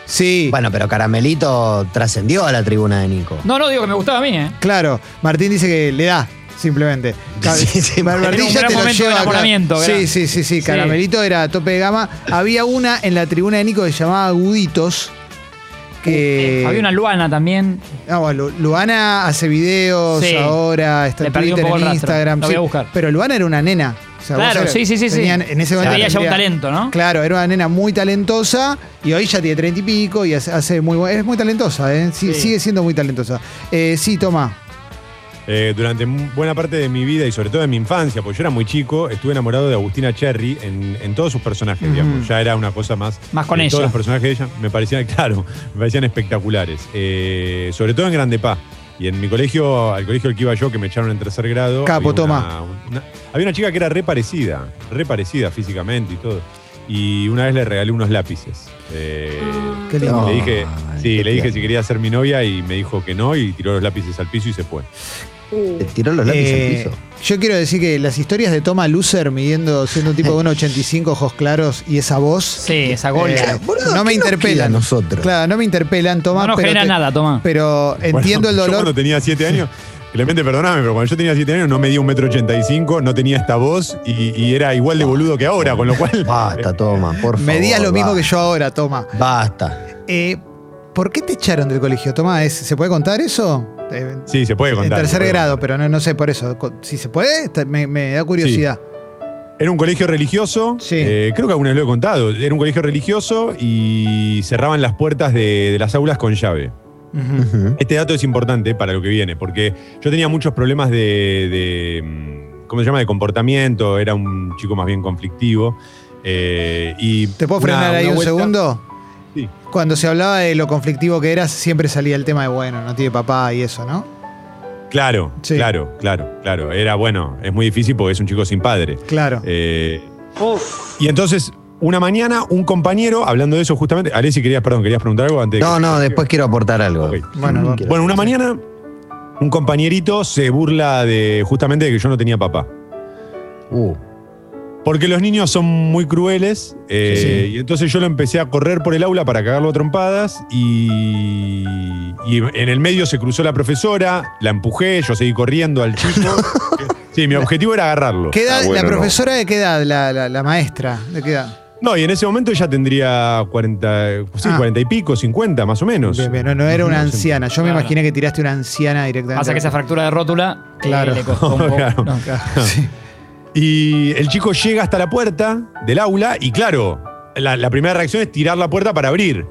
Speaker 1: Sí,
Speaker 3: Bueno, pero Caramelito trascendió a la tribuna de Nico.
Speaker 4: No, no, digo que me gustaba a mí, ¿eh?
Speaker 1: claro. Martín dice que le da, simplemente.
Speaker 3: Sí, sí,
Speaker 1: Mar-
Speaker 4: Era un gran momento de
Speaker 1: claro.
Speaker 4: enamoramiento,
Speaker 1: Sí,
Speaker 4: gran.
Speaker 1: sí, sí, sí.
Speaker 4: Sí.
Speaker 1: Caramelito era a tope de gama. Había una en la tribuna de Nico que se llamaba Aguditos. Que...
Speaker 4: Eh, Había una Luana también.
Speaker 1: Ah, bueno, Lu- Luana hace videos
Speaker 4: Sí.
Speaker 1: ahora, está
Speaker 4: Le
Speaker 1: en
Speaker 4: perdí un
Speaker 1: Twitter,
Speaker 4: poco
Speaker 1: en
Speaker 4: el rastro.
Speaker 1: Instagram.
Speaker 4: La voy a buscar.
Speaker 1: Pero Luana era una nena. O sea,
Speaker 4: Claro,
Speaker 1: vos eras-
Speaker 4: sí, sí, sí, sí.
Speaker 1: tenían- En ese
Speaker 4: Se
Speaker 1: momento
Speaker 4: veía ya un
Speaker 1: tendría-
Speaker 4: talento, ¿no?
Speaker 1: Claro, era una nena muy talentosa y hoy ya tiene treinta y pico y hace, hace muy buen- Es muy talentosa, ¿eh? Sí,
Speaker 4: Sí.
Speaker 1: Sigue siendo muy talentosa. Eh, sí, toma.
Speaker 6: Eh, durante mu- buena parte de mi vida y sobre todo de mi infancia, porque yo era muy chico, estuve enamorado de Agustina Cherry en, en todos sus personajes,
Speaker 1: Ujú.
Speaker 6: digamos. Ya era una cosa más.
Speaker 4: Más con
Speaker 6: eh,
Speaker 4: ella.
Speaker 6: Todos los personajes de ella me parecían, claro, me parecían espectaculares. Eh, sobre todo en Grande Paz. Y en mi colegio, al colegio al que iba yo, que me echaron en tercer grado.
Speaker 1: Capo,
Speaker 6: había
Speaker 1: toma.
Speaker 6: una- una- había una chica que era re parecida, re parecida físicamente y todo. Y una vez le regalé unos lápices. Eh,
Speaker 1: Qué lindo.
Speaker 6: le dije,
Speaker 3: Ay,
Speaker 6: sí,
Speaker 3: qué
Speaker 6: le dije
Speaker 3: tierno.
Speaker 6: si quería ser mi novia y me dijo que no y tiró los lápices al piso y se fue.
Speaker 2: Uh.
Speaker 3: ¿Te tiró los lápices
Speaker 1: Eh,
Speaker 3: al piso?
Speaker 1: yo quiero decir que las historias de Toma Lucer midiendo, siendo un tipo de 1,85, ojos claros y esa voz.
Speaker 4: Sí, esa gola.
Speaker 1: eh,
Speaker 3: Boludo,
Speaker 1: no me
Speaker 3: ¿qué nos queda a
Speaker 1: interpelan.
Speaker 3: nosotros?
Speaker 1: Claro, no me interpelan, Tomás.
Speaker 4: no nos
Speaker 1: pero
Speaker 4: genera
Speaker 1: te-
Speaker 4: nada, toma.
Speaker 1: Pero entiendo
Speaker 6: Bueno,
Speaker 1: el
Speaker 6: Yo
Speaker 1: dolor.
Speaker 6: cuando tenía 7 años, Clemente, perdóname, pero cuando yo tenía 7 años no medía un metro 85, no tenía esta voz y, y era igual de boludo que ahora, con lo cual.
Speaker 3: Basta, toma, por favor.
Speaker 1: Medías lo mismo
Speaker 3: basta.
Speaker 1: que yo ahora, Toma.
Speaker 3: Basta.
Speaker 1: Eh, ¿Por qué te echaron del colegio, Tomás? ¿Es- ¿Se puede contar eso? Eh,
Speaker 6: Sí, se puede
Speaker 1: en
Speaker 6: contar. se
Speaker 1: tercer
Speaker 6: puede
Speaker 1: grado,
Speaker 6: contar.
Speaker 1: pero no, no sé por eso. Co- Si se puede, te- me, me da curiosidad.
Speaker 6: Era un colegio religioso,
Speaker 1: Sí.
Speaker 6: eh, creo que alguna vez lo he contado. Era un colegio religioso y cerraban las puertas de- de las aulas con llave.
Speaker 1: Ujú.
Speaker 6: Este dato es importante para lo que viene, porque yo tenía muchos problemas de, de, mm, ¿cómo se llama?, de comportamiento, era un chico más bien conflictivo. eh, y
Speaker 1: ¿Te puedo
Speaker 6: una-
Speaker 1: frenar
Speaker 6: una
Speaker 1: ahí un
Speaker 6: vuelta-
Speaker 1: segundo?
Speaker 6: Sí.
Speaker 1: Cuando se hablaba de lo conflictivo que eras, siempre salía el tema de, bueno, no tiene papá y eso, ¿no?
Speaker 6: Claro,
Speaker 1: Sí.
Speaker 6: claro, claro, claro. Era bueno, es muy difícil porque es un chico sin padre.
Speaker 1: Claro.
Speaker 6: Eh, y entonces, una mañana, un compañero, hablando de eso justamente, Alessi, querías, perdón, querías preguntar algo antes de
Speaker 3: No,
Speaker 6: que-
Speaker 3: no, después quiero aportar algo.
Speaker 6: Ok.
Speaker 1: Bueno,
Speaker 3: Mm,
Speaker 1: va-
Speaker 3: quiero-
Speaker 6: Bueno, una mañana un compañerito se burla de justamente de que yo no tenía papá.
Speaker 3: Uh,
Speaker 6: Porque los niños son muy crueles. eh, Y entonces yo lo empecé a correr por el aula para cagarlo a trompadas. Y, y en el medio se cruzó la profesora, la empujé, yo seguí corriendo al chico. sí, mi objetivo era agarrarlo.
Speaker 1: ¿Qué edad,
Speaker 5: Ah,
Speaker 1: la
Speaker 5: bueno, no.
Speaker 1: profesora de qué edad, la, la- la maestra, de qué edad?
Speaker 6: No, y en ese momento ella tendría 40, sí,
Speaker 1: Ah.
Speaker 6: 40 y pico, 50 más o menos.
Speaker 1: Bien, bien, no, no era una anciana. Yo me
Speaker 4: Claro.
Speaker 1: imaginé que tiraste una anciana directamente.
Speaker 4: Pasa que esa fractura de rótula eh,
Speaker 1: Claro.
Speaker 4: le costó un poco.
Speaker 6: Claro.
Speaker 4: No.
Speaker 1: Sí.
Speaker 6: Y el chico llega hasta la puerta del aula y claro, la, la primera reacción es tirar la puerta para abrir.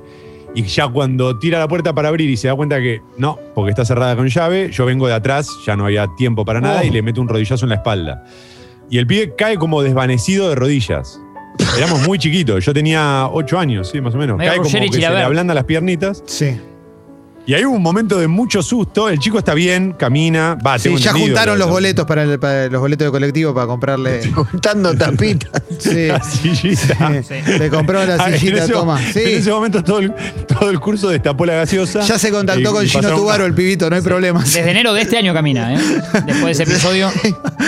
Speaker 6: Y ya cuando tira la puerta para abrir y se da cuenta que no, porque está cerrada con llave, yo vengo de atrás, ya no había tiempo para nada
Speaker 4: Oh.
Speaker 6: y le meto un rodillazo en la espalda. Y el pibe cae como desvanecido de rodillas. Éramos muy chiquitos, yo tenía 8 años, sí, más o menos.
Speaker 4: Medio
Speaker 6: cae como
Speaker 4: Ruggeri
Speaker 6: que se le
Speaker 4: Chilaver.
Speaker 6: ablanda las piernitas.
Speaker 1: Sí.
Speaker 6: Y hay un momento de mucho susto, el chico está bien, camina, va,
Speaker 1: Sí,
Speaker 6: tengo
Speaker 1: ya
Speaker 6: entendido,
Speaker 1: juntaron
Speaker 6: lo-
Speaker 1: los
Speaker 6: lo-
Speaker 1: boletos para, el- para los boletos de colectivo para comprarle.
Speaker 3: juntando tapitas.
Speaker 1: Sí.
Speaker 6: La sillita.
Speaker 1: Le compró la
Speaker 6: Ah, en
Speaker 1: sillita,
Speaker 6: ese-
Speaker 1: toma.
Speaker 6: En
Speaker 1: Sí.
Speaker 6: ese momento todo el, todo el curso destapó la gaseosa.
Speaker 1: Ya se
Speaker 6: Y-
Speaker 1: contactó con
Speaker 6: y
Speaker 1: Gino
Speaker 6: pasaron-
Speaker 1: Tubaro, el pibito, no hay problema.
Speaker 4: Desde enero de este año camina, ¿eh? Después de ese episodio.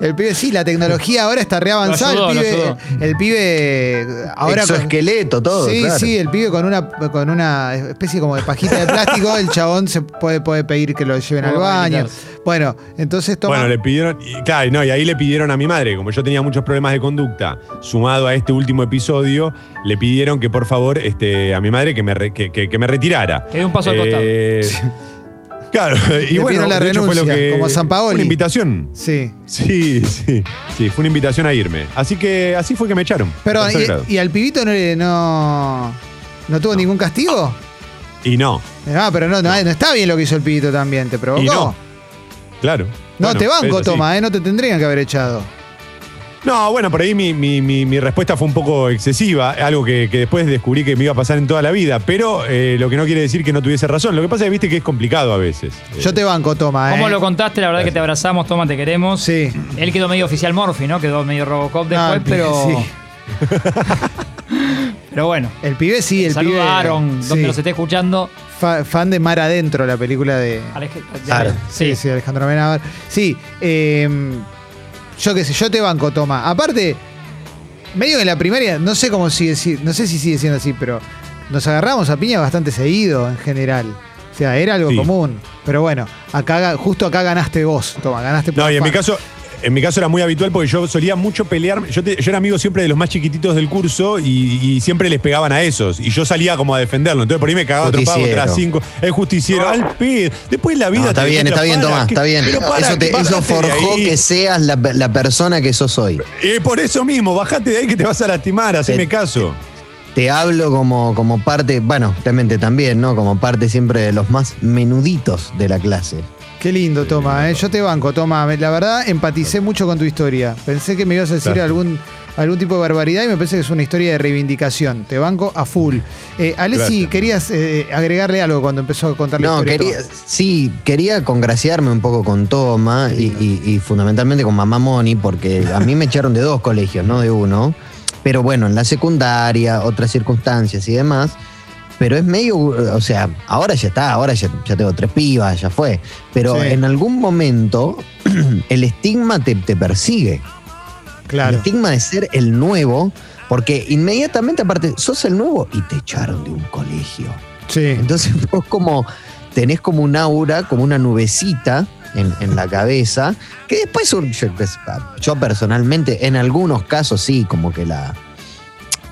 Speaker 1: El pibe, sí, la tecnología ahora está reavanzada.
Speaker 4: Lo ayudó,
Speaker 1: el,
Speaker 4: lo
Speaker 1: pibe, el pibe ahora con-
Speaker 3: Exoesqueleto, todo.
Speaker 1: Sí,
Speaker 3: claro.
Speaker 1: sí, el pibe con una, con una especie como de pajita de plástico, el chabón se puede, puede pedir que lo lleven al
Speaker 4: Puede
Speaker 1: baño.
Speaker 4: rehabilitarse.
Speaker 1: Bueno, entonces toma.
Speaker 6: Bueno, le pidieron. Y, claro, no, y ahí le pidieron a mi madre, como yo tenía muchos problemas de conducta, sumado a este último episodio, le pidieron que por favor este, a mi madre que me, re- que, que- que me retirara.
Speaker 4: Que dé un paso al
Speaker 6: costado. Claro, y
Speaker 1: Le
Speaker 6: bueno,
Speaker 1: pidieron la
Speaker 6: de hecho fue lo
Speaker 1: renuncia,
Speaker 6: que.
Speaker 1: como a San Paoli.
Speaker 6: Una invitación.
Speaker 1: Sí.
Speaker 6: Sí, sí, sí, fue una invitación a irme. Así que así fue que me echaron.
Speaker 1: Perdón,
Speaker 6: Tercer grado.
Speaker 1: y, y al pibito no le- no, no tuvo ningún castigo?
Speaker 6: y no,
Speaker 1: Ah, pero no, no, no está bien lo que hizo el pibito también, te provocó.
Speaker 6: y no.
Speaker 1: no,
Speaker 6: Claro. Bueno,
Speaker 1: te
Speaker 6: es
Speaker 1: banco,
Speaker 6: así.
Speaker 1: toma, eh, no te tendrían que haber echado.
Speaker 6: No, bueno, por ahí mi, mi- mi- mi respuesta fue un poco excesiva, algo que, que después descubrí que me iba a pasar en toda la vida, pero eh, lo que no quiere decir que no tuviese razón. Lo que pasa es viste que es complicado a veces.
Speaker 1: Yo te banco, toma, eh.
Speaker 4: ¿Cómo lo contaste? La verdad que te abrazamos, toma, te queremos.
Speaker 1: Sí.
Speaker 4: Él quedó medio oficial Morphy, ¿no? Quedó medio Robocop después,
Speaker 1: Ah,
Speaker 4: pero.
Speaker 1: sí.
Speaker 4: Pero bueno.
Speaker 1: El pibe sí, el pibe.
Speaker 4: Saludaron,
Speaker 1: sí.
Speaker 4: donde nos esté escuchando.
Speaker 1: Fa- fan de Mar Adentro, la película de.
Speaker 4: Alej- de-
Speaker 3: Claro.
Speaker 1: Sí,
Speaker 4: Sí,
Speaker 1: sí, Alejandro Amenábar. Sí, eh, yo qué sé, yo te banco, toma. Aparte, medio que en la primaria, no sé cómo sigue si- no sé si sigue siendo así, pero nos agarramos a piña bastante seguido en general. O sea, era algo
Speaker 6: Sí.
Speaker 1: común. Pero bueno, acá ga- justo acá ganaste vos, toma, ganaste por
Speaker 6: No, y en
Speaker 1: afán.
Speaker 6: mi caso. En mi caso era muy habitual porque yo solía mucho pelear. Yo, te- yo era amigo siempre de los más chiquititos del curso y, y siempre les pegaban a esos. Y yo salía como a defenderlo. Entonces por ahí me cagaba tropado
Speaker 3: Justiciero.
Speaker 6: otras cinco. El justiciero, al pedo. Después la vida.
Speaker 3: No, está
Speaker 6: te
Speaker 3: bien, está
Speaker 6: encuentra,
Speaker 3: bien,
Speaker 6: para,
Speaker 3: Tomás,
Speaker 6: que-
Speaker 3: está bien.
Speaker 6: pero para,
Speaker 3: eso, te-
Speaker 6: que
Speaker 3: eso
Speaker 6: bájate de
Speaker 3: forjó
Speaker 6: ahí.
Speaker 3: que seas la, la persona que sos hoy.
Speaker 6: Eh, por eso mismo, bajate de ahí que te vas a lastimar, haceme
Speaker 3: Te-
Speaker 6: caso.
Speaker 3: Te hablo como, como parte, bueno, Clemente también, ¿no? Como parte siempre de los más menuditos de la clase.
Speaker 1: Qué lindo, Toma. ¿eh? Yo te banco, Toma. Me- La verdad, empaticé mucho con tu historia. Pensé que me ibas a decir
Speaker 6: Claro.
Speaker 1: algún, algún tipo de barbaridad y me parece que es una historia de reivindicación. Te banco a full. Eh, Alessi,
Speaker 6: Gracias.
Speaker 1: querías eh, agregarle algo cuando empezó a contar la
Speaker 3: No,
Speaker 1: historia. de
Speaker 3: quería, sí, quería congraciarme un poco con Toma y, y- y fundamentalmente con mamá Moni, porque a mí me echaron de dos colegios, no de uno. Pero bueno, en la secundaria, otras circunstancias y demás. Pero es medio, o sea, ahora ya está, ahora ya, ya tengo tres pibas, ya fue. Pero
Speaker 1: Sí.
Speaker 3: en algún momento el estigma te, te persigue.
Speaker 1: Toma?
Speaker 3: El
Speaker 1: Claro.
Speaker 3: estigma de ser el nuevo, porque inmediatamente aparte, sos el nuevo y te echaron de un colegio.
Speaker 1: Sí.
Speaker 3: Entonces vos como tenés como un aura, como una nubecita en, en la cabeza, que después un- yo, pues, yo personalmente en algunos casos sí, como que la,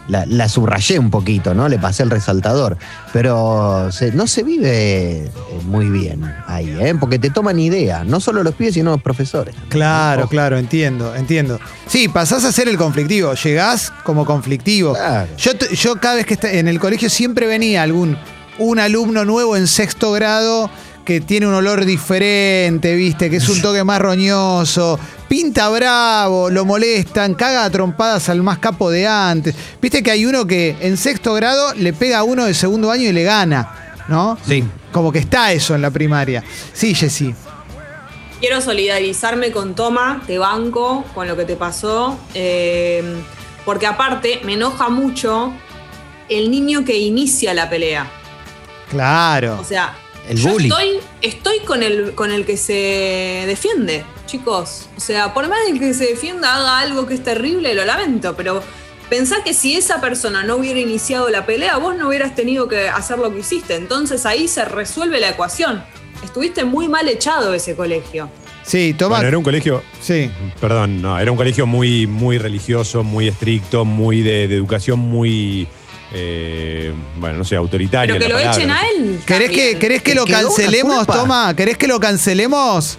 Speaker 3: la, la subrayé un poquito, ¿no? Le pasé el resaltador, pero se- no se vive eh, muy bien ahí, ¿eh? Porque te toman idea, no solo los pibes, sino los profesores.
Speaker 1: Claro,
Speaker 3: Ojo.
Speaker 1: claro, entiendo, entiendo. Sí, pasás a ser el conflictivo, llegás como conflictivo.
Speaker 3: Claro.
Speaker 1: Yo, t- yo cada vez que está- en el colegio siempre venía algún un alumno nuevo en sexto grado que tiene un olor diferente, viste, que es un toque más roñoso, pinta bravo, lo molestan, caga a trompadas al más capo de antes. Viste que hay uno que en sexto grado le pega a uno de segundo año y le gana, ¿no?
Speaker 3: Sí.
Speaker 1: Como que está eso en la primaria. Sí, Jessy.
Speaker 2: Quiero solidarizarme con Toma, te banco con lo que te pasó, eh, porque aparte me enoja mucho el niño que inicia la pelea.
Speaker 1: Claro.
Speaker 2: O sea,
Speaker 3: El
Speaker 2: yo
Speaker 3: bully.
Speaker 2: estoy, estoy con, el, con el que se defiende, chicos. O sea, por más de que se defienda haga algo que es terrible, lo lamento, pero pensá que si esa persona no hubiera iniciado la pelea, vos no hubieras tenido que hacer lo que hiciste. Entonces ahí se resuelve la ecuación. Estuviste muy mal echado de ese colegio.
Speaker 1: Sí, toma.
Speaker 6: Bueno, era un colegio,
Speaker 1: Sí,
Speaker 6: perdón, no, era un colegio muy, muy religioso, muy estricto, muy de, de educación, muy, eh, bueno, no sé, autoritaria.
Speaker 2: Pero que
Speaker 6: la
Speaker 2: lo
Speaker 6: palabra.
Speaker 2: echen a él.
Speaker 1: ¿Querés
Speaker 2: también.
Speaker 1: que, ¿querés que
Speaker 3: Te
Speaker 1: lo
Speaker 3: quedó una
Speaker 1: cancelemos,
Speaker 3: culpa.
Speaker 1: Toma? ¿Querés que lo cancelemos?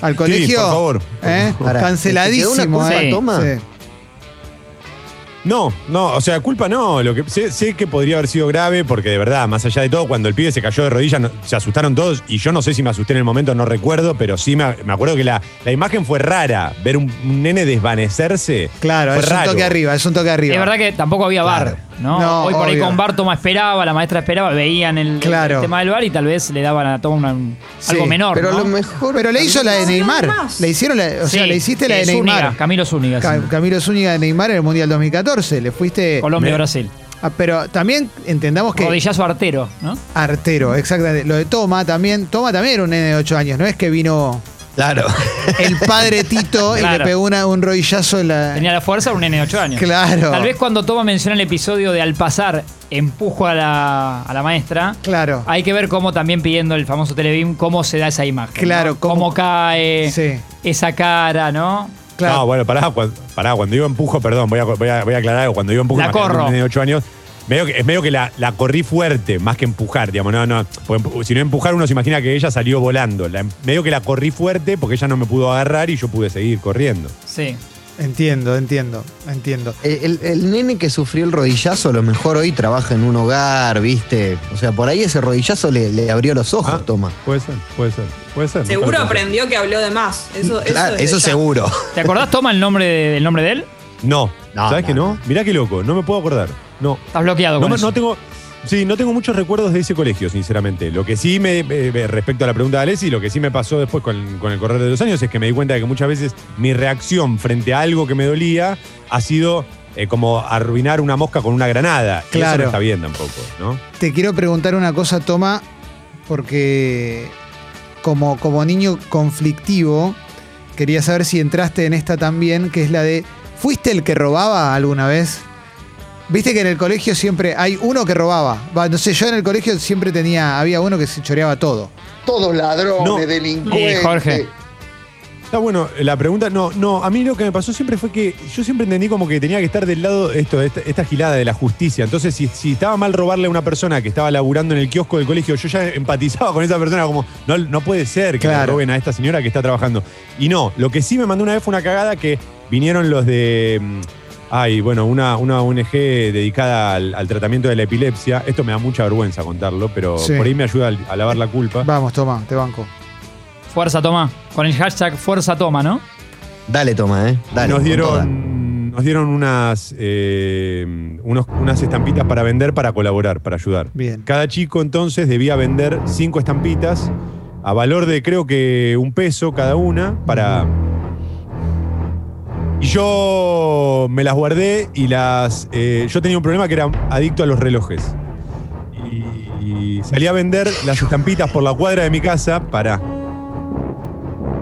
Speaker 1: Al colegio.
Speaker 6: por favor.
Speaker 1: ¿Eh?
Speaker 3: Pará,
Speaker 1: Canceladísimo.
Speaker 3: ¿te quedó una culpa,
Speaker 1: ¿eh?
Speaker 3: Toma?
Speaker 1: Sí.
Speaker 6: No, no, o sea, culpa no. Lo que sé, sé que podría haber sido grave porque de verdad, más allá de todo, cuando el pibe se cayó de rodillas, no- se asustaron todos y yo no sé si me asusté en el momento, no recuerdo, pero sí me, me acuerdo que la, la imagen fue rara. Ver un, un nene desvanecerse.
Speaker 1: Claro,
Speaker 6: fue
Speaker 1: es
Speaker 6: raro.
Speaker 1: un toque arriba, es un toque arriba.
Speaker 4: Es verdad que tampoco había bar, ¿no?
Speaker 1: No,
Speaker 4: Hoy por ahí
Speaker 1: obvio.
Speaker 4: con bar Toma esperaba, la maestra esperaba, veían el,
Speaker 1: Claro.
Speaker 4: el tema del bar y tal vez le daban a Toma una- un-
Speaker 1: Sí,
Speaker 4: algo menor.
Speaker 3: Pero
Speaker 4: ¿no?
Speaker 3: lo mejor...
Speaker 1: Pero le hizo la de
Speaker 2: No, no,
Speaker 1: Neymar.
Speaker 2: más.
Speaker 1: Le hicieron la, o sea,
Speaker 4: Sí,
Speaker 1: le hiciste la
Speaker 4: eh,
Speaker 1: de
Speaker 4: Zúñiga,
Speaker 1: Neymar.
Speaker 4: Camilo Zúñiga.
Speaker 1: Ca-
Speaker 4: sí.
Speaker 1: Camilo Zúñiga de Neymar en el Mundial 2014. Le fuiste.
Speaker 4: Colombia-Brasil.
Speaker 1: Ah, pero también entendamos que.
Speaker 4: Rodillazo artero, ¿no?
Speaker 1: Ah. Artero, exactamente. Lo de Toma también. Toma también era un nene de 8 años. No es que vino
Speaker 3: Claro.
Speaker 1: el padre Tito y le
Speaker 4: Claro.
Speaker 1: pegó una- un rodillazo en la.
Speaker 4: Tenía la fuerza de un nene de 8 años.
Speaker 1: Claro.
Speaker 4: Tal vez cuando Toma menciona el episodio de al pasar empujo a la, a la maestra,
Speaker 1: Claro.
Speaker 4: hay que ver cómo también pidiendo el famoso Telebeam, cómo se da esa imagen.
Speaker 1: Claro,
Speaker 4: ¿no?
Speaker 1: cómo-
Speaker 4: cómo, cae,
Speaker 1: Sí.
Speaker 4: esa cara, ¿no?
Speaker 1: Claro.
Speaker 6: No, bueno, pará, cuan- pará, cuando yo empujo, perdón, voy a, voy a- voy a aclarar algo. Cuando yo empujo,
Speaker 4: La
Speaker 6: imagínate,
Speaker 4: corro.
Speaker 6: un nene de 8 años, medio que, es medio que la, la corrí fuerte, más que empujar, digamos, no, no. porque empu- si no empujar, uno se imagina que ella salió volando. La em- medio que la corrí fuerte porque ella no me pudo agarrar y yo pude seguir corriendo.
Speaker 4: Sí.
Speaker 1: Entiendo, entiendo, entiendo.
Speaker 3: El, el- el nene que sufrió el rodillazo, a lo mejor hoy trabaja en un hogar, ¿viste? O sea, por ahí ese rodillazo le, le abrió los ojos,
Speaker 6: Ah,
Speaker 3: toma.
Speaker 6: Puede ser, puede ser, puede ser.
Speaker 2: Seguro
Speaker 6: Claro, puede ser.
Speaker 2: aprendió que habló de más. Eso, eso,
Speaker 3: Claro,
Speaker 2: desde
Speaker 3: eso
Speaker 2: ya.
Speaker 3: seguro.
Speaker 4: ¿Te acordás, Toma, el nombre de- del nombre de él?
Speaker 6: No,
Speaker 3: No,
Speaker 6: ¿sabes
Speaker 3: no,
Speaker 6: que no?
Speaker 3: no.
Speaker 6: Mirá qué loco, no me puedo acordar. No.
Speaker 4: Estás bloqueado
Speaker 6: No,
Speaker 4: con
Speaker 6: me-
Speaker 4: eso.
Speaker 6: no tengo. Sí, no tengo muchos recuerdos de ese colegio, sinceramente. Lo que sí me. eh, respecto a la pregunta de Alessi, lo que sí me pasó después con, con el correr de los años es que me di cuenta de que muchas veces mi reacción frente a algo que me dolía ha sido eh, como arruinar una mosca con una granada. Y Eso
Speaker 1: Claro.
Speaker 6: no está bien tampoco, ¿no?
Speaker 1: Te quiero preguntar una cosa, Toma, porque como, como niño conflictivo, quería saber si entraste en esta también, que es la de, ¿fuiste el que robaba alguna vez? Viste que en el colegio siempre hay uno que robaba. Va, no sé, yo en el colegio siempre tenía, había uno que se choreaba todo.
Speaker 5: todos ladrones,
Speaker 6: No.
Speaker 5: delincuentes.
Speaker 4: Eh, Jorge.
Speaker 6: Está bueno, eh, la pregunta, no, no, a mí lo que me pasó siempre fue que yo siempre entendí como que tenía que estar del lado esto, esta, esta gilada de la justicia. Entonces, si, si estaba mal robarle a una persona que estaba laburando en el kiosco del colegio, yo ya empatizaba con esa persona como, no, no puede ser que le
Speaker 1: Claro.
Speaker 6: roben a esta señora que está trabajando. Y no, lo que sí me mandó una vez fue una cagada que vinieron los de... mm, Ay, bueno, una, una ONG dedicada al, al tratamiento de la epilepsia. Esto me da mucha vergüenza contarlo, pero
Speaker 1: Sí.
Speaker 6: por ahí me ayuda a, a lavar la culpa.
Speaker 1: Vamos, Toma, te banco.
Speaker 4: Fuerza Toma. Con el hashtag Fuerza Toma, ¿no?
Speaker 3: Dale, toma, ¿eh? Dale.
Speaker 6: nos
Speaker 3: con toda.
Speaker 6: dieron, nos dieron unas, eh, unos- unas estampitas para vender, para colaborar, para ayudar.
Speaker 1: Bien.
Speaker 6: Cada chico entonces debía vender cinco estampitas a valor de creo que un peso cada una para... Y yo me las guardé y las... eh, yo tenía un problema que era adicto a los relojes. Y, y salí a vender las estampitas por la cuadra de mi casa para...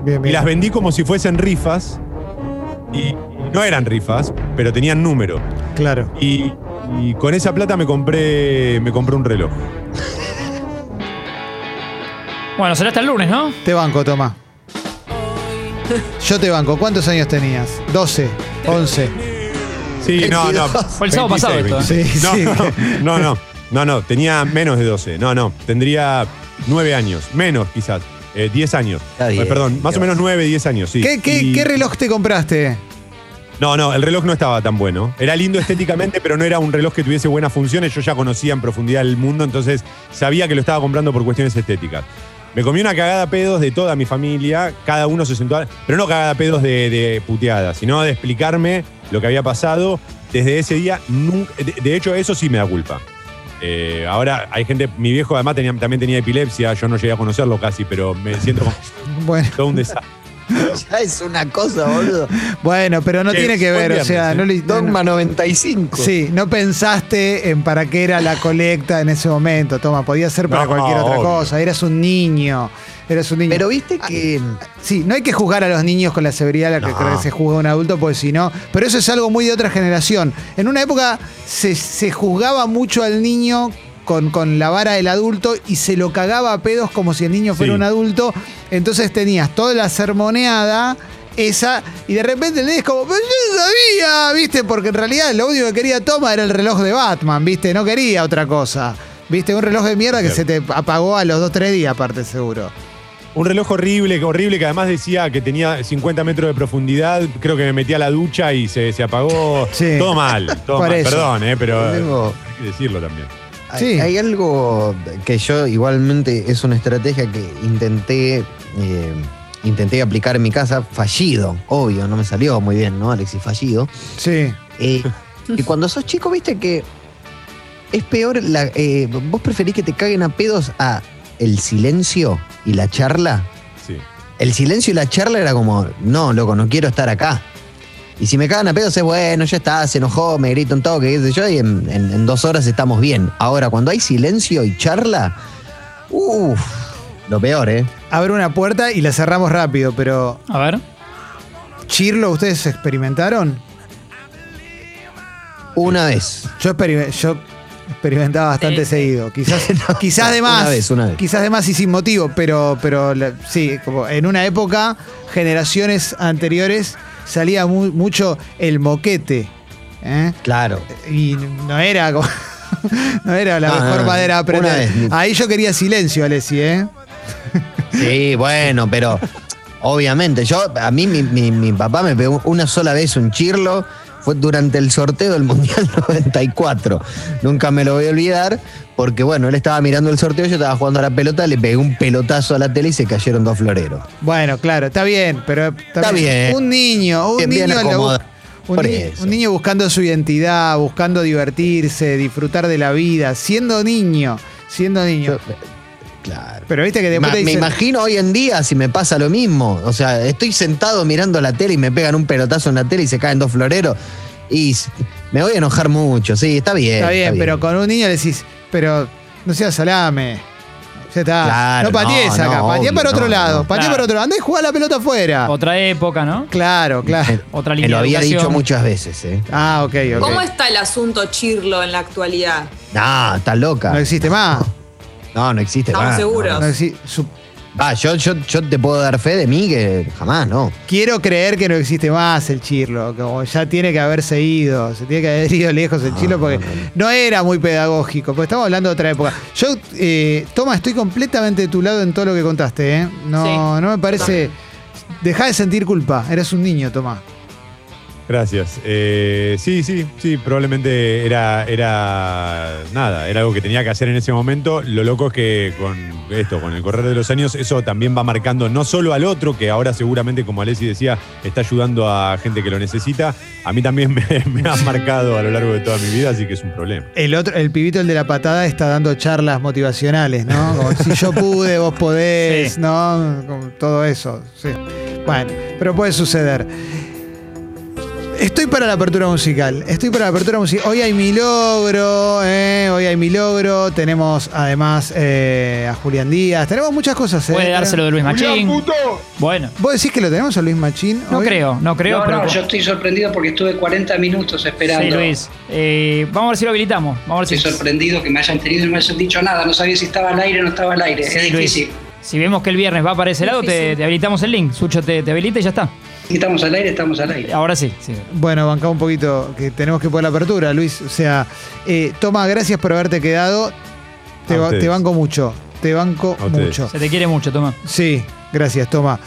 Speaker 1: Bien,
Speaker 6: Y
Speaker 1: bien.
Speaker 6: las vendí como si fuesen rifas. Y no eran rifas, pero tenían número.
Speaker 1: Claro.
Speaker 6: Y, y con esa plata me compré, me compré un reloj.
Speaker 4: Bueno, será hasta el lunes, ¿no?
Speaker 1: Te banco, Tomás. Yo te banco. ¿Cuántos años tenías? 12, 11.
Speaker 6: Sí, no, no.
Speaker 3: 22.
Speaker 4: Fue el sábado pasado esto,
Speaker 1: ¿eh? Sí,
Speaker 6: no,
Speaker 1: sí.
Speaker 6: No, no, no, no, no, tenía menos de 12. No, no, tendría 9 años, menos quizás, eh, 10 años.
Speaker 3: Está bien.
Speaker 6: Eh, Perdón, más o menos 9, 10 años, sí.
Speaker 1: ¿Qué, qué-
Speaker 6: Y-
Speaker 1: qué reloj te compraste?
Speaker 6: No, no, el reloj no estaba tan bueno. Era lindo estéticamente, pero no era un reloj que tuviese buenas funciones. Yo ya conocía en profundidad el mundo, entonces sabía que lo estaba comprando por cuestiones estéticas. Me comí una cagada a pedos de toda mi familia, cada uno se sentó, a- pero no cagada a pedos de, de puteada, sino de explicarme lo que había pasado. Desde ese día, nunca- de, de hecho, eso sí me da culpa. Eh, ahora hay gente, mi viejo además tenía- también tenía epilepsia, yo no llegué a conocerlo casi, pero me siento como
Speaker 1: Bueno,
Speaker 6: todo un desastre.
Speaker 3: Ya es una cosa, boludo.
Speaker 1: bueno, pero no
Speaker 6: Sí,
Speaker 1: tiene que
Speaker 6: buen
Speaker 1: ver, o
Speaker 6: viernes,
Speaker 1: sea,
Speaker 6: ¿eh?
Speaker 1: no le
Speaker 3: Dogma
Speaker 1: no-
Speaker 3: 95.
Speaker 1: Sí, no pensaste en para qué era la colecta en ese momento, Toma, podía ser para
Speaker 6: No,
Speaker 1: cualquier otra
Speaker 6: obvio.
Speaker 1: cosa, eras un niño, eras un niño.
Speaker 3: Pero viste que.
Speaker 1: Sí, no hay que juzgar a los niños con la severidad a la que,
Speaker 3: No.
Speaker 1: que se juzga a un adulto, porque si no. Pero eso es algo muy de otra generación. En una época se, se juzgaba mucho al niño con, con la vara del adulto y se lo cagaba a pedos como si el niño fuera
Speaker 6: Sí.
Speaker 1: un adulto. Entonces tenías toda la sermoneada. Esa, y de repente le es como, pero yo sabía, ¿viste? Porque en realidad lo único que quería Toma era el reloj de Batman, ¿viste? No quería otra cosa. ¿Viste? Un reloj de mierda que
Speaker 6: Claro.
Speaker 1: se te apagó a los dos, tres días, aparte, seguro.
Speaker 6: Un reloj horrible, horrible que además decía que tenía 50 metros de profundidad. Creo que me metí a la ducha y se, se apagó.
Speaker 1: Sí.
Speaker 6: Todo mal, todo
Speaker 1: Por
Speaker 6: mal.
Speaker 1: eso.
Speaker 6: Perdón, eh, pero
Speaker 3: Tengo-
Speaker 6: hay que decirlo también.
Speaker 3: Hay,
Speaker 1: Sí.
Speaker 3: hay algo que yo igualmente es una estrategia que intenté eh, intenté aplicar en mi casa, fallido, obvio, no me salió muy bien, ¿no, Alexis? Fallido.
Speaker 1: Sí.
Speaker 3: Eh, y cuando sos chico, viste que es peor, la, eh, vos preferís que te caguen a pedos a el silencio y la charla.
Speaker 6: Sí.
Speaker 3: El silencio y la charla era como, no, loco, no quiero estar acá. Y si me cagan a pedos es bueno, ya está, se enojó, me grita un toque, qué sé yo, y en, en- en dos horas estamos bien. Ahora, cuando hay silencio y charla, uff, lo peor, ¿eh?
Speaker 1: abro una puerta y la cerramos rápido, pero
Speaker 4: A ver.
Speaker 1: ¿Chirlo ustedes experimentaron?
Speaker 3: Una vez.
Speaker 1: Yo, experime- yo experimentaba bastante
Speaker 4: Sí, sí.
Speaker 1: seguido, quizás, quizás de
Speaker 3: una
Speaker 1: más,
Speaker 3: vez, una vez.
Speaker 1: quizás de más y sin motivo, pero, pero la- sí, como en una época, generaciones anteriores, salía mu- mucho el moquete, ¿eh?
Speaker 3: Claro.
Speaker 1: y no era como- no era la
Speaker 3: No,
Speaker 1: mejor
Speaker 3: no, no.
Speaker 1: manera de aprender.
Speaker 3: Ah, Una vez.
Speaker 1: Ahí yo quería silencio, Alessi, ¿eh?
Speaker 3: Sí, bueno, pero obviamente, yo, a mí mi, mi- mi papá me pegó una sola vez un chirlo, fue durante el sorteo del Mundial 94. Nunca me lo voy a olvidar, porque bueno, él estaba mirando el sorteo, yo estaba jugando a la pelota, le pegué un pelotazo a la tele y se cayeron dos floreros.
Speaker 1: Bueno, claro, está bien, pero
Speaker 3: Está bien.
Speaker 1: Un niño, un
Speaker 3: Bien, bien
Speaker 1: niño, en la bu-
Speaker 3: acomodado.
Speaker 1: un,
Speaker 3: Por
Speaker 1: ni-
Speaker 3: eso.
Speaker 1: un niño buscando su identidad, buscando divertirse, disfrutar de la vida, siendo niño, siendo niño.
Speaker 3: Yo- claro.
Speaker 1: pero viste que después
Speaker 3: Ma-
Speaker 1: te
Speaker 3: me
Speaker 1: dicen,
Speaker 3: imagino hoy en día si me pasa lo mismo. O sea, estoy sentado mirando la tele y me pegan un pelotazo en la tele y se caen dos floreros. Y s- me voy a enojar mucho. Sí, está bien.
Speaker 1: está bien, pero con un niño le decís, pero no seas salame. Ya está.
Speaker 3: Claro,
Speaker 1: no patees
Speaker 3: no,
Speaker 1: acá,
Speaker 3: no,
Speaker 1: pateás
Speaker 3: obvio,
Speaker 1: para otro
Speaker 3: no,
Speaker 1: lado,
Speaker 3: no.
Speaker 1: pateás
Speaker 4: Claro.
Speaker 1: para otro lado. Andá y jugá la pelota
Speaker 6: Ah.
Speaker 1: afuera.
Speaker 4: Otra época, ¿no?
Speaker 1: Claro, claro.
Speaker 4: Otra
Speaker 3: Me
Speaker 4: línea
Speaker 3: lo
Speaker 4: de
Speaker 3: había
Speaker 4: educación.
Speaker 3: dicho muchas veces, ¿eh?
Speaker 1: Ah, ok, ok.
Speaker 2: ¿Cómo está el asunto Chirlo en la actualidad?
Speaker 3: No, está loca.
Speaker 1: No existe más.
Speaker 3: No, no existe.
Speaker 2: Estamos
Speaker 3: más.
Speaker 2: seguros.
Speaker 1: No exi- su-
Speaker 3: Va, yo, yo, yo te puedo dar fe de mí que jamás, no.
Speaker 1: Quiero creer que no existe más el chirlo, como ya tiene que haberse ido, se tiene que haber ido lejos el chirlo porque no era muy pedagógico, porque estamos hablando de otra época. Yo, eh, Toma, estoy completamente de tu lado en todo lo que contaste, ¿eh? No,
Speaker 2: Sí.
Speaker 1: no me parece... Deja de sentir culpa, eres un niño, Tomás.
Speaker 6: Gracias. Eh, sí, sí, sí, probablemente era, era nada, era algo que tenía que hacer en ese momento. Lo loco es que con esto, con el correr de los años, eso también va marcando no solo al otro, que ahora seguramente, como Alessi decía, está ayudando a gente que lo necesita. A mí también me, me ha marcado a lo largo de toda mi vida, así que es un problema.
Speaker 1: El otro, el pibito, el de la patada, está dando charlas motivacionales, ¿no? Como, si yo pude, vos podés,
Speaker 4: Sí.
Speaker 1: ¿no? Como todo eso. sí. Bueno, pero puede suceder. Estoy para la apertura musical. Estoy para la apertura musical. Hoy hay mi logro, ¿eh? hoy hay mi logro. Tenemos además eh, a Julián Díaz. Tenemos muchas cosas. ¿eh?
Speaker 4: Puede dárselo de Luis Machín. Bueno,
Speaker 1: ¿Vos decís que lo tenemos a Luis Machín?
Speaker 4: no
Speaker 1: hoy?
Speaker 4: creo, no creo,
Speaker 5: no,
Speaker 4: pero.
Speaker 5: no, yo estoy sorprendido porque estuve 40 minutos
Speaker 4: Sí,
Speaker 5: esperando.
Speaker 4: Luis. Eh, vamos a ver si lo habilitamos. Vamos a
Speaker 5: Estoy
Speaker 4: ver si.
Speaker 5: sorprendido que me hayan tenido y no me hayan dicho nada. No sabía si estaba al aire o no estaba al aire.
Speaker 4: Sí,
Speaker 5: es
Speaker 4: Luis.
Speaker 5: difícil.
Speaker 4: Si vemos que el viernes va para ese lado, te,
Speaker 2: Difícil.
Speaker 4: te habilitamos el link. Sucho te, te habilita y ya está.
Speaker 5: Si estamos al aire, estamos al aire.
Speaker 4: Ahora sí. sí.
Speaker 1: Bueno, bancá un poquito, que tenemos que poner la apertura, Luis. O sea, eh, Toma, gracias por haberte quedado. Te,
Speaker 6: A
Speaker 1: ba- te
Speaker 6: ustedes.
Speaker 1: banco mucho. Te banco
Speaker 6: A ustedes.
Speaker 1: mucho.
Speaker 4: Se te quiere mucho, Tomás.
Speaker 1: Sí, gracias, Toma.